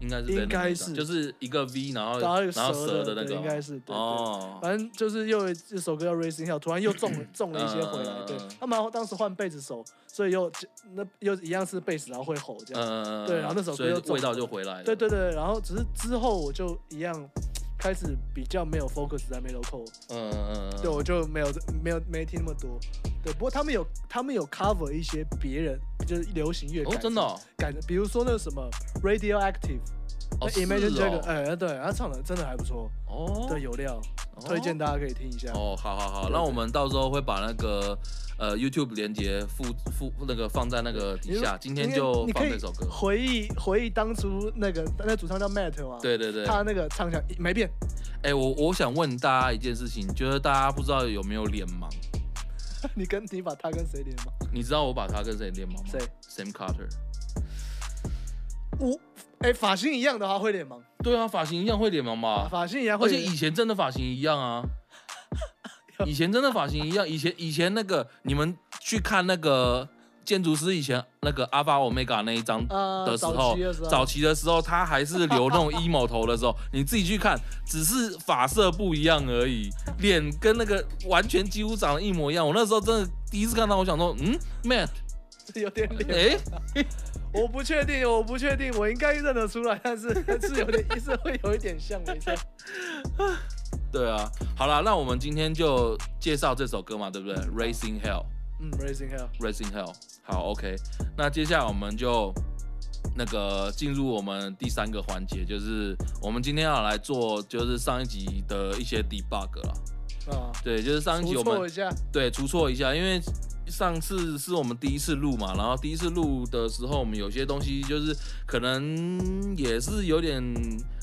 Speaker 1: 应该是 Venom
Speaker 2: 应该
Speaker 1: 那一张
Speaker 2: 是
Speaker 1: 就是一个 V，然后
Speaker 2: 然后有
Speaker 1: 然后
Speaker 2: 蛇
Speaker 1: 的那个
Speaker 2: 对
Speaker 1: 吗，
Speaker 2: 应该是对对
Speaker 1: 哦，
Speaker 2: 反正就是又有一首歌叫《Racing Hell》，突然又中了中了一些回
Speaker 1: 嗯嗯嗯
Speaker 2: 来，对
Speaker 1: 嗯，
Speaker 2: 他们当时换贝斯手，所以又那又一样是贝斯，然后会吼这样，
Speaker 1: 呃，
Speaker 2: 对然后那首歌
Speaker 1: 所以
Speaker 2: 又中
Speaker 1: 味道就回来了，
Speaker 2: 对对对，然后只是之后我就一样开始比较没有 focus 在 metalcore，、
Speaker 1: 嗯，嗯嗯，
Speaker 2: 对我就没有没有没听那么多，对，不过他们有他们有 cover 一些别人就是流行乐改
Speaker 1: 哦，
Speaker 2: 成、
Speaker 1: 真的哦，
Speaker 2: 改成，比如说那个什么 Radioactive，那
Speaker 1: 哦，
Speaker 2: Imagine
Speaker 1: 是
Speaker 2: d r a g o
Speaker 1: 哦
Speaker 2: n 哎对，他唱的真的还不错，
Speaker 1: 哦，
Speaker 2: 对，有料，
Speaker 1: 哦
Speaker 2: 推荐大家可以听一下。
Speaker 1: 哦，好好好，
Speaker 2: 对
Speaker 1: 那
Speaker 2: 对
Speaker 1: 我们到时候会把那个呃 YouTube 连接附附那个放在那个
Speaker 2: 你
Speaker 1: 底
Speaker 2: 如
Speaker 1: 下，今天
Speaker 2: 你
Speaker 1: 就
Speaker 2: 你
Speaker 1: 放
Speaker 2: 可
Speaker 1: 这
Speaker 2: 以
Speaker 1: 首歌。
Speaker 2: 回忆回忆当初那个那主唱叫 Matt 嘛，，
Speaker 1: 对对对，
Speaker 2: 他那个唱腔没变，
Speaker 1: 哎、我我想问大家一件事情，就是大家不知道有没有脸盲？
Speaker 2: 你跟你把他跟谁连吗？
Speaker 1: 你知道我把他跟谁脸盲吗？
Speaker 2: 谁
Speaker 1: ？Sam Carter。
Speaker 2: 我哎发型一样的话会脸盲。
Speaker 1: 对啊，发型一样会脸盲吧？
Speaker 2: 发型也
Speaker 1: 啊而
Speaker 2: 会，
Speaker 1: 且以前真的发型一样 啊，以前真的发型一样，以前以前那个你们去看那个建筑师以前那个阿法欧米伽那一张
Speaker 2: 呃
Speaker 1: 的时
Speaker 2: 早
Speaker 1: 候
Speaker 2: 期的时，候
Speaker 1: 早期的时候他还是留那种 emo 头的时 候，你自己去看，只是发色不一样而已，脸跟那个完全几乎长得一模一样。我那时候真的第一次看到，我想说，嗯，Matt，
Speaker 2: 有点脸，
Speaker 1: 哎、
Speaker 2: 我不确定，我不确定，我应该认得出来，但是是有点，是会有一点像，没错。
Speaker 1: 对啊，好啦，那我们今天就介绍这首歌嘛，对不对？Racing Hell。
Speaker 2: 嗯，Raising Hell，
Speaker 1: Racing Hell。好，OK，那接下来我们就那个进入我们第三个环节，就是我们今天要来做就是上一集的一些 debug 了。
Speaker 2: 啊，
Speaker 1: 对，就是上一集
Speaker 2: 除
Speaker 1: 我
Speaker 2: 错
Speaker 1: 们
Speaker 2: 一下，
Speaker 1: 对出错一下，因为。上次是我们第一次录嘛，然后第一次录的时候，我们有些东西就是可能也是有点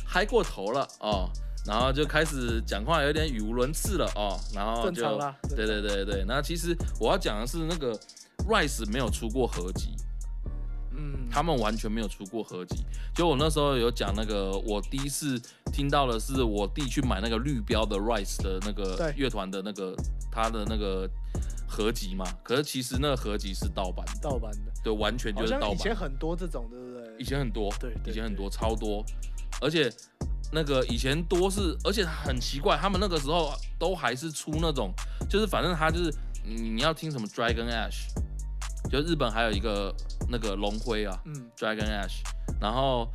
Speaker 1: 嗨过头了哦，然后就开始讲话有点语无伦次了哦，然后
Speaker 2: 正
Speaker 1: 就
Speaker 2: 常啦。
Speaker 1: 对对对对，那其实我要讲的是，那个 Rice 没有出过合集，
Speaker 2: 嗯，
Speaker 1: 他们完全没有出过合集。就我那时候有讲那个，我第一次听到的是我弟去买那个绿标的 Rice 的那个
Speaker 2: 对
Speaker 1: 乐团的那个他的那个合集嘛，可是其实那个合集是盗版的，
Speaker 2: 盗版的，
Speaker 1: 对，完全
Speaker 2: 好
Speaker 1: 就是
Speaker 2: 像
Speaker 1: 盗
Speaker 2: 以前
Speaker 1: 版。
Speaker 2: 很多这种，对不对？
Speaker 1: 以前很多，
Speaker 2: 对对
Speaker 1: 以前很多，超多，而且。那个以前多是，而且很奇怪，他们那个时候都还是出那种，就是反正他就是嗯你你要听什么 Dragon Ash，就日本还有一个那个龙辉啊
Speaker 2: 嗯，
Speaker 1: ，Dragon Ash，然后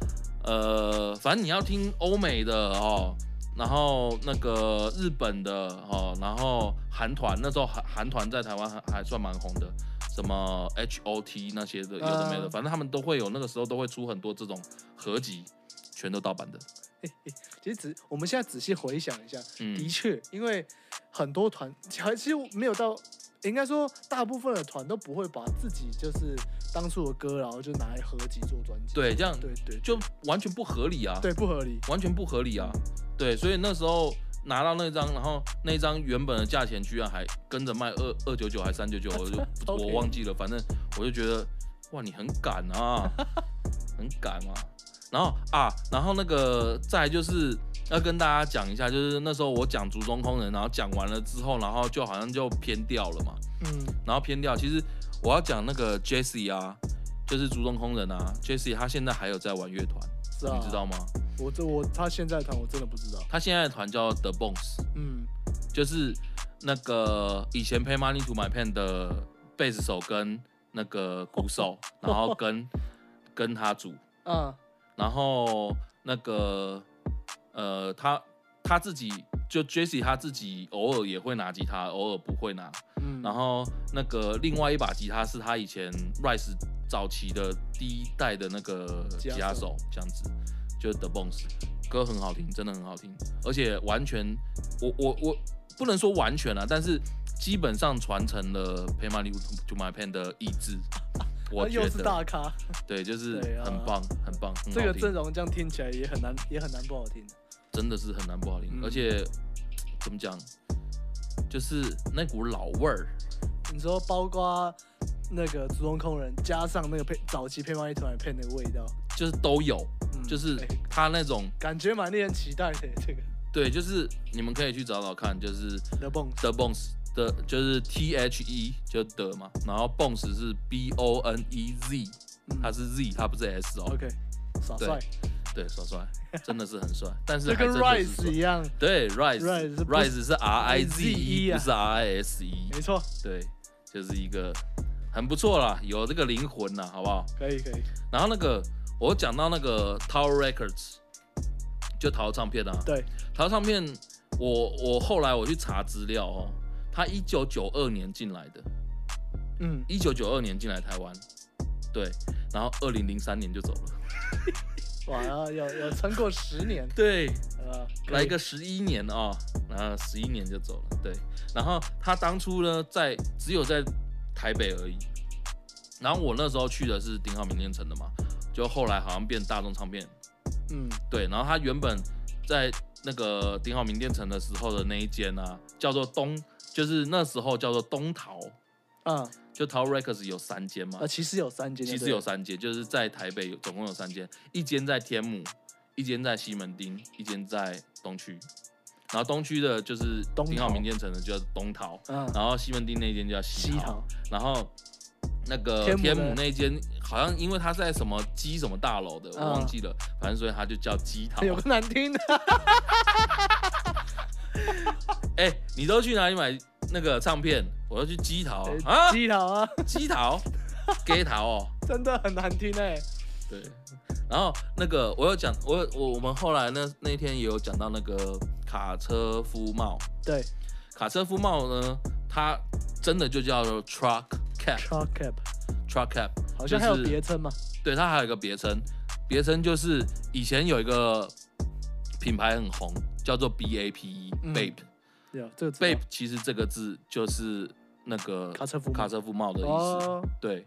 Speaker 1: 呃，反正你要听欧美的哦，然后那个日本的哦，然后韩团那时候韩韩团在台湾还还算蛮红的，什么 H O T 那些的有的没的，
Speaker 2: 嗯
Speaker 1: 反正他们都会有那个时候都会出很多这种合集，全都盗版的。
Speaker 2: 其实仔我们现在仔细回想一下，
Speaker 1: 嗯，
Speaker 2: 的确，因为很多团其实其实没有到，应该说大部分的团都不会把自己就是当初的歌，然后就拿来合集做专辑。
Speaker 1: 对，这样
Speaker 2: 对对，
Speaker 1: 就完全不合理啊。
Speaker 2: 对，不合理。
Speaker 1: 完全不合理啊。对，所以那时候拿到那张，然后那张原本的价钱居然还跟着卖二二九九还三九九，我 就
Speaker 2: 超便宜
Speaker 1: 我忘记了，反正我就觉得哇，你很敢啊， 很敢啊。然后啊，然后那个再来就是要跟大家讲一下，就是那时候我讲竹中空人，然后讲完了之后，然后就好像就偏掉了嘛。
Speaker 2: 嗯，
Speaker 1: 然后偏掉。其实我要讲那个 Jesse 啊，就是竹中空人啊，Jesse 他现在还有在玩乐团，
Speaker 2: 知道，
Speaker 1: 你知道？吗？
Speaker 2: 我这我他现在的团我真的不知道。
Speaker 1: 他现在的团叫 The Bones，
Speaker 2: 嗯，
Speaker 1: 就是那个以前 Pay Money to My Pen 的贝斯手跟那个鼓手，然后跟跟他组，
Speaker 2: 啊，
Speaker 1: 然后那个呃，他他自己就 Jesse 他自己偶尔也会拿吉他，偶尔不会拿。
Speaker 2: 嗯，
Speaker 1: 然后那个另外一把吉他是他以前 Rice 早期的第一代的那个吉他手，这样子，就是 The Bones，歌很好听，真的很好听，而且完全，我我我不能说完全啊，但是基本上传承了 Pay Money to My Pen 的意志，我
Speaker 2: 那
Speaker 1: 觉
Speaker 2: 又是大
Speaker 1: 得
Speaker 2: 咖，
Speaker 1: 对，就是
Speaker 2: 对啊
Speaker 1: 很棒，很棒，很
Speaker 2: 这
Speaker 1: 好
Speaker 2: 个
Speaker 1: 听
Speaker 2: 阵，容这样听起来也很难，也很难不好听。
Speaker 1: 真的是很难不好听，
Speaker 2: 嗯
Speaker 1: 而且怎么讲，就是那股老味儿，
Speaker 2: 你说包括那个竹中空人，加上那个配早期配方一团配那个味道，
Speaker 1: 就是都有，
Speaker 2: 嗯
Speaker 1: 就是
Speaker 2: 哎
Speaker 1: 他那种。
Speaker 2: 感觉蛮令人期待的。这个
Speaker 1: 对，就是你们可以去找找看，就是
Speaker 2: The Bones，
Speaker 1: The Bones 的，就是 T H E 就的嘛，然后 Bones 是 B O N E Z，
Speaker 2: 嗯
Speaker 1: 它是 Z，它不是 S 哦。
Speaker 2: OK，耍
Speaker 1: 对
Speaker 2: 帅，
Speaker 1: 对，耍帅，真的是很帅，但是
Speaker 2: 这
Speaker 1: 还
Speaker 2: 跟
Speaker 1: 真的是
Speaker 2: Rise 一
Speaker 1: 帅。
Speaker 2: 样，
Speaker 1: 对
Speaker 2: Rise 是不
Speaker 1: ，Rise，Rise 是 R I Z E，
Speaker 2: 啊
Speaker 1: 不是 R I S E。
Speaker 2: 没错，
Speaker 1: 对，就是一个很不错啦，有这个灵魂啦，好不好？
Speaker 2: 可以可以，
Speaker 1: 然后那个我讲到那个 Tower Records，就淘唱片啊，
Speaker 2: 对，
Speaker 1: 台湾唱片，我我后来我去查资料哦，他一九九二年进来的，
Speaker 2: 嗯，
Speaker 1: 一九九二年进来台湾，对，然后二零零三年就走了，
Speaker 2: 哇，要要要撑过十年，
Speaker 1: 对，
Speaker 2: 呃，可以
Speaker 1: 来个十一年啊、然后十一年就走了，对，然后他当初呢在只有在台北而已，然后我那时候去的是鼎好名店城的嘛，就后来好像变大众唱片，
Speaker 2: 嗯，
Speaker 1: 对，然后他原本在那个鼎好名店城的时候的那一间呢、叫做东，就是那时候叫做东陶，
Speaker 2: 啊
Speaker 1: 就陶 Records 有三间嘛
Speaker 2: 啊，，其实有三间，
Speaker 1: 其实有，三间，就是在台北有总共有三间，一间在天母，一间在西门町，一间在东区，然后东区的就是
Speaker 2: 东
Speaker 1: 鼎好
Speaker 2: 陶
Speaker 1: 名店城的就叫东陶，
Speaker 2: 嗯，
Speaker 1: 然后西门町那间叫西
Speaker 2: 西
Speaker 1: 陶，
Speaker 2: 桃，
Speaker 1: 然后。那个
Speaker 2: 天母
Speaker 1: 天
Speaker 2: 呢
Speaker 1: 母那间好像因为他在什么鸡什么大楼的，我忘
Speaker 2: 嗯
Speaker 1: 记了，反正所以他就叫鸡陶。
Speaker 2: 有个难 听的，
Speaker 1: 哎、你都去哪里买那个唱片？我要去鸡桃啊，
Speaker 2: 哎鸡桃啊，
Speaker 1: 鸡 桃，gay 桃哦。
Speaker 2: 真的很难听哎，
Speaker 1: 对，然后那个我有讲，我有我我们后来那那天也有讲到那个卡车夫帽，
Speaker 2: 对
Speaker 1: 卡车夫帽呢，它真的就叫做 truck cap，truck
Speaker 2: ，Truck
Speaker 1: cap，
Speaker 2: Cap，好像还有别称嘛，
Speaker 1: 对，它还有一个别称，别称就是以前有一个品牌很红，叫做 BAPE、E，
Speaker 2: 嗯
Speaker 1: Bape。
Speaker 2: 有这个知道啊
Speaker 1: Bape 其实这个字就是那个
Speaker 2: 卡车夫帽
Speaker 1: 卡车夫帽的意思。
Speaker 2: 哦，
Speaker 1: 对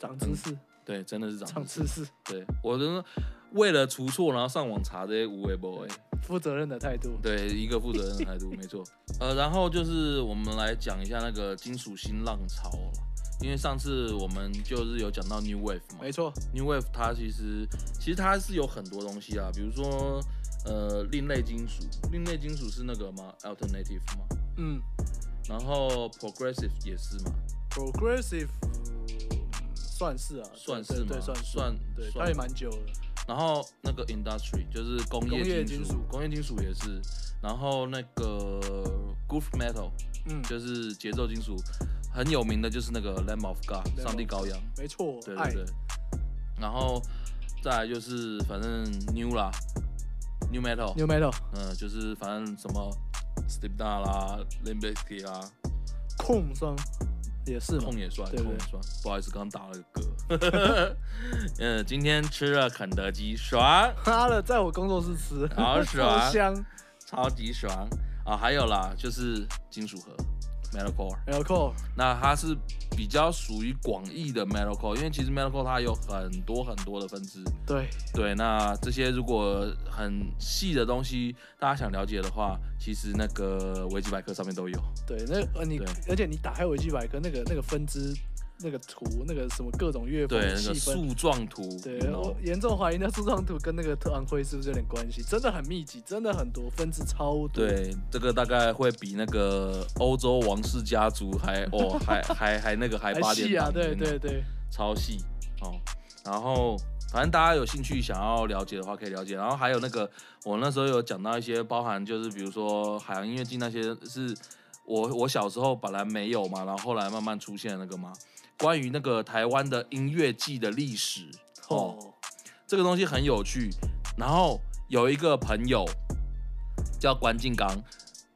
Speaker 2: 长知识，
Speaker 1: 对，真的是长
Speaker 2: 嗯长
Speaker 1: 知识。
Speaker 2: 知识，
Speaker 1: 对，我就是为了除错，然后上网查这些无为 boy。
Speaker 2: 负责任的态度，
Speaker 1: 对，一个负责任的态度，没 错。呃，然后就是我们来讲一下那个金属新浪潮了，因为上次我们就是有讲到 New Wave 嘛
Speaker 2: 没错，
Speaker 1: ，New Wave 它其实其实它是有很多东西啊，比如说呃另类金属，另类金属是那个吗？Alternative 嘛，
Speaker 2: 嗯
Speaker 1: 然后 Progressive 也是嘛，
Speaker 2: ，Progressive 嗯算是啊，
Speaker 1: 算
Speaker 2: 对
Speaker 1: 是吗
Speaker 2: 对算是
Speaker 1: 算
Speaker 2: 对，
Speaker 1: 算
Speaker 2: 它也蛮久了，
Speaker 1: 然后那个 industry 就是工
Speaker 2: 工
Speaker 1: 业
Speaker 2: 业
Speaker 1: 金
Speaker 2: 金
Speaker 1: 属
Speaker 2: 属，
Speaker 1: 工业金属也是。然后那个 groove metal
Speaker 2: 嗯，
Speaker 1: 就是节奏金属，很有名的就是那个 Lamb of God
Speaker 2: Lamb
Speaker 1: 上帝
Speaker 2: of
Speaker 1: 羔羊，
Speaker 2: 没错，
Speaker 1: 对
Speaker 2: 爱
Speaker 1: 对对。然后再来就是反正 new 啦，new metal，
Speaker 2: New Metal
Speaker 1: 嗯、就是反正什么 Step Down 啦 l i m b i z k 啦，
Speaker 2: 控算也是嘛
Speaker 1: 痛，也算，
Speaker 2: 对对
Speaker 1: 痛也算。不好意思，刚打了个嗝。 嗯，今天吃了肯德基，爽。
Speaker 2: 妈的，在我工作室吃，
Speaker 1: 好爽
Speaker 2: 超香
Speaker 1: 超级爽啊！还有啦，就是金属盒 metalcore，
Speaker 2: ，Alco，
Speaker 1: 那它是比较属于广义的 metalcore，因为其实 metalcore 它有很多很多的分支。
Speaker 2: 对，
Speaker 1: 对，那这些如果很细的东西，大家想了解的话，其实那个维基百科上面都有。
Speaker 2: 对，那呃你
Speaker 1: 对，
Speaker 2: 而且你打开维基百科那个那个分支、那个图、那个什么各种乐风
Speaker 1: 对，
Speaker 2: 的
Speaker 1: 那
Speaker 2: 细
Speaker 1: 个
Speaker 2: 分，
Speaker 1: 树状图，
Speaker 2: 对哦
Speaker 1: you know
Speaker 2: 我严重怀疑那树状图跟那个特安徽是不是有点关系？真的很密集，真的很多分支超多。，
Speaker 1: 对，这个大概会比那个欧洲王室家族还哦，还还还那个还
Speaker 2: 还
Speaker 1: 八点
Speaker 2: 细啊，
Speaker 1: 档，
Speaker 2: 对
Speaker 1: you know
Speaker 2: 对对，
Speaker 1: 超细哦。然后反正大家有兴趣想要了解的话，可以了解。然后还有那个，我那时候有讲到一些包含，就是比如说海洋音乐季那些，是我我小时候本来没有嘛，然后后来慢慢出现那个嘛，关于那个台湾的音乐季的历史哦，
Speaker 2: 哦，
Speaker 1: 这个东西很有趣。然后有一个朋友叫关敬刚，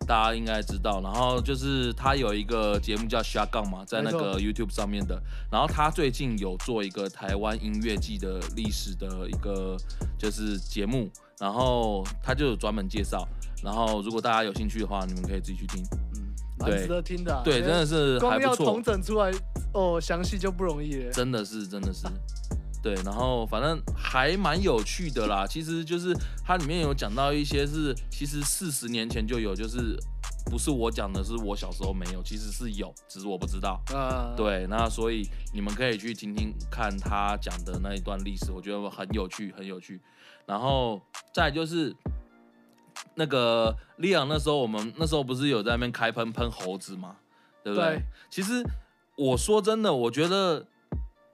Speaker 1: 大家应该知道。然后就是他有一个节目叫《瞎杠》嘛，在那个 YouTube 上面的。然后他最近有做一个台湾音乐季的历史的一个就是节目，然后他就有专门介绍。然后如果大家有兴趣的话，你们可以自己去听。
Speaker 2: 嗯，蛮
Speaker 1: 对
Speaker 2: 值得听的啊。
Speaker 1: 对，
Speaker 2: 因为
Speaker 1: 真的是还
Speaker 2: 光
Speaker 1: 不
Speaker 2: 要
Speaker 1: 错
Speaker 2: 重。整出来哦，详细就不容易了。
Speaker 1: 真的是，真的是。对，然后反正还蛮有趣的啦。其实就是它里面有讲到一些是，其实四十年前就有，就是不是我讲的，是我小时候没有，其实是有，只是我不知道。
Speaker 2: 啊，，
Speaker 1: 对，那所以你们可以去听听看他讲的那一段历史，我觉得很有趣，很有趣。然后再来就是那个利昂那时候，我们那时候不是有在那边开喷喷猴子嘛，对不对？
Speaker 2: 对
Speaker 1: 其实我说真的，我觉得。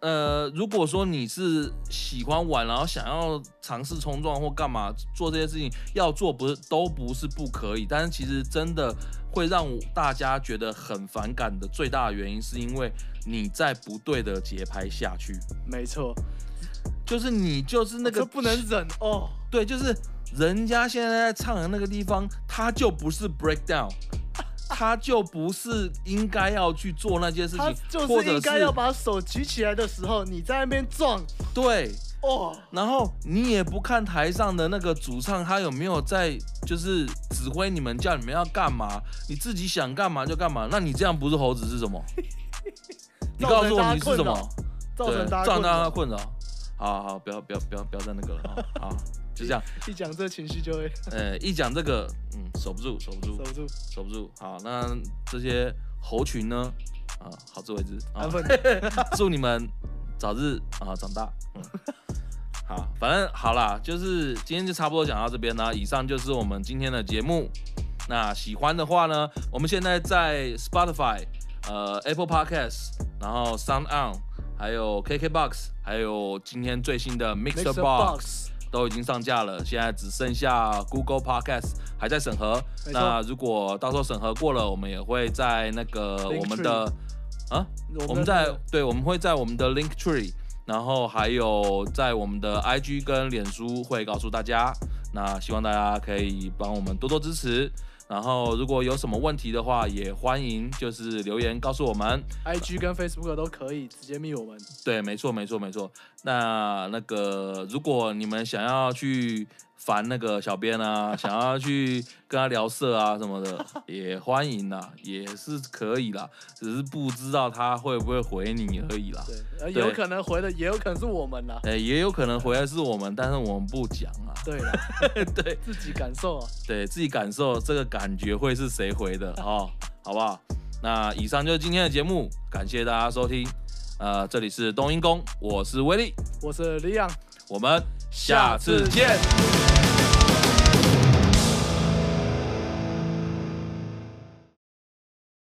Speaker 1: 呃，如果说你是喜欢玩，然后想要尝试冲撞或干嘛做这些事情，要做不是都不是不可以，但是其实真的会让大家觉得很反感的最大的原因，是因为你在不对的节拍下去，
Speaker 2: 没错，
Speaker 1: 就是你就是那
Speaker 2: 那
Speaker 1: 个
Speaker 2: 个不能忍哦。
Speaker 1: 对，就是人家现在在唱的那个地方，它就不是 breakdown，它就不是应该要去做那些事
Speaker 2: 他
Speaker 1: 情，
Speaker 2: 就
Speaker 1: 或
Speaker 2: 是
Speaker 1: 者
Speaker 2: 应该要
Speaker 1: 是
Speaker 2: 把手举起来的时候，你在那边撞
Speaker 1: 对。
Speaker 2: 哦，
Speaker 1: 然后你也不看台上的那个主唱他有没有在，就是指挥你们叫你们要干嘛，你自己想干嘛就干嘛。那你这样不是猴子是什么？ 你告诉我你是什么？
Speaker 2: 造成大
Speaker 1: 对造
Speaker 2: 家
Speaker 1: 成
Speaker 2: 困
Speaker 1: 大家
Speaker 2: 扰。
Speaker 1: 困扰。好好，不要不要不要不要再那个了啊！好，就这样。
Speaker 2: 一讲这情绪就会
Speaker 1: 呃，一讲这个，嗯，守不住，守不
Speaker 2: 守
Speaker 1: 住，
Speaker 2: 不住，
Speaker 1: 守不住。好，那这些猴群呢？啊，好自为之啊
Speaker 2: 安。分。
Speaker 1: 祝你们早日啊长大。 嗯，好，反正好啦，就是今天就差不多讲到这边啦。以上就是我们今天的节目。那喜欢的话呢，我们现在在 Spotify、呃 Apple Podcast，然后 Sound On，还有 KKBox，还有今天最新的 Mixer
Speaker 2: Mixer
Speaker 1: Box。
Speaker 2: Box，
Speaker 1: 都已经上架了，现在只剩下 Google Podcast 还在审核。
Speaker 2: 没错
Speaker 1: 那如果到时候审核过了，我们也会在那个
Speaker 2: Linktree
Speaker 1: 我们的啊，我们
Speaker 2: 那
Speaker 1: 在
Speaker 2: 个
Speaker 1: 对，我们会在我们的 Link Tree，然后还有在我们的 IG 跟脸书会告诉大家。那希望大家可以帮我们多多支持。然后如果有什么问题的话，也欢迎就是留言告诉我们。
Speaker 2: IG 跟 Facebook 都可以直接密我们。
Speaker 1: 对，没错，没错，没错。那那个，如果你们想要去烦那个小编啊，想要去跟他聊色啊什么的，也欢迎啦，也是可以啦，只是不知道他会不会回你而已啦。
Speaker 2: 对，呃，
Speaker 1: 对
Speaker 2: 有可能回的，也有可能是我们啦。
Speaker 1: 呃，也有可能回来是我们，但是我们不讲啊。
Speaker 2: 对啦，
Speaker 1: 对
Speaker 2: 自己感受啊。
Speaker 1: 对，自己感受这个感觉会是谁回的哦，好不好？那以上就是今天的节目，感谢大家收听。呃，这里是冬阴功，我是威力，
Speaker 2: 我是李昂，
Speaker 1: 我们下次见。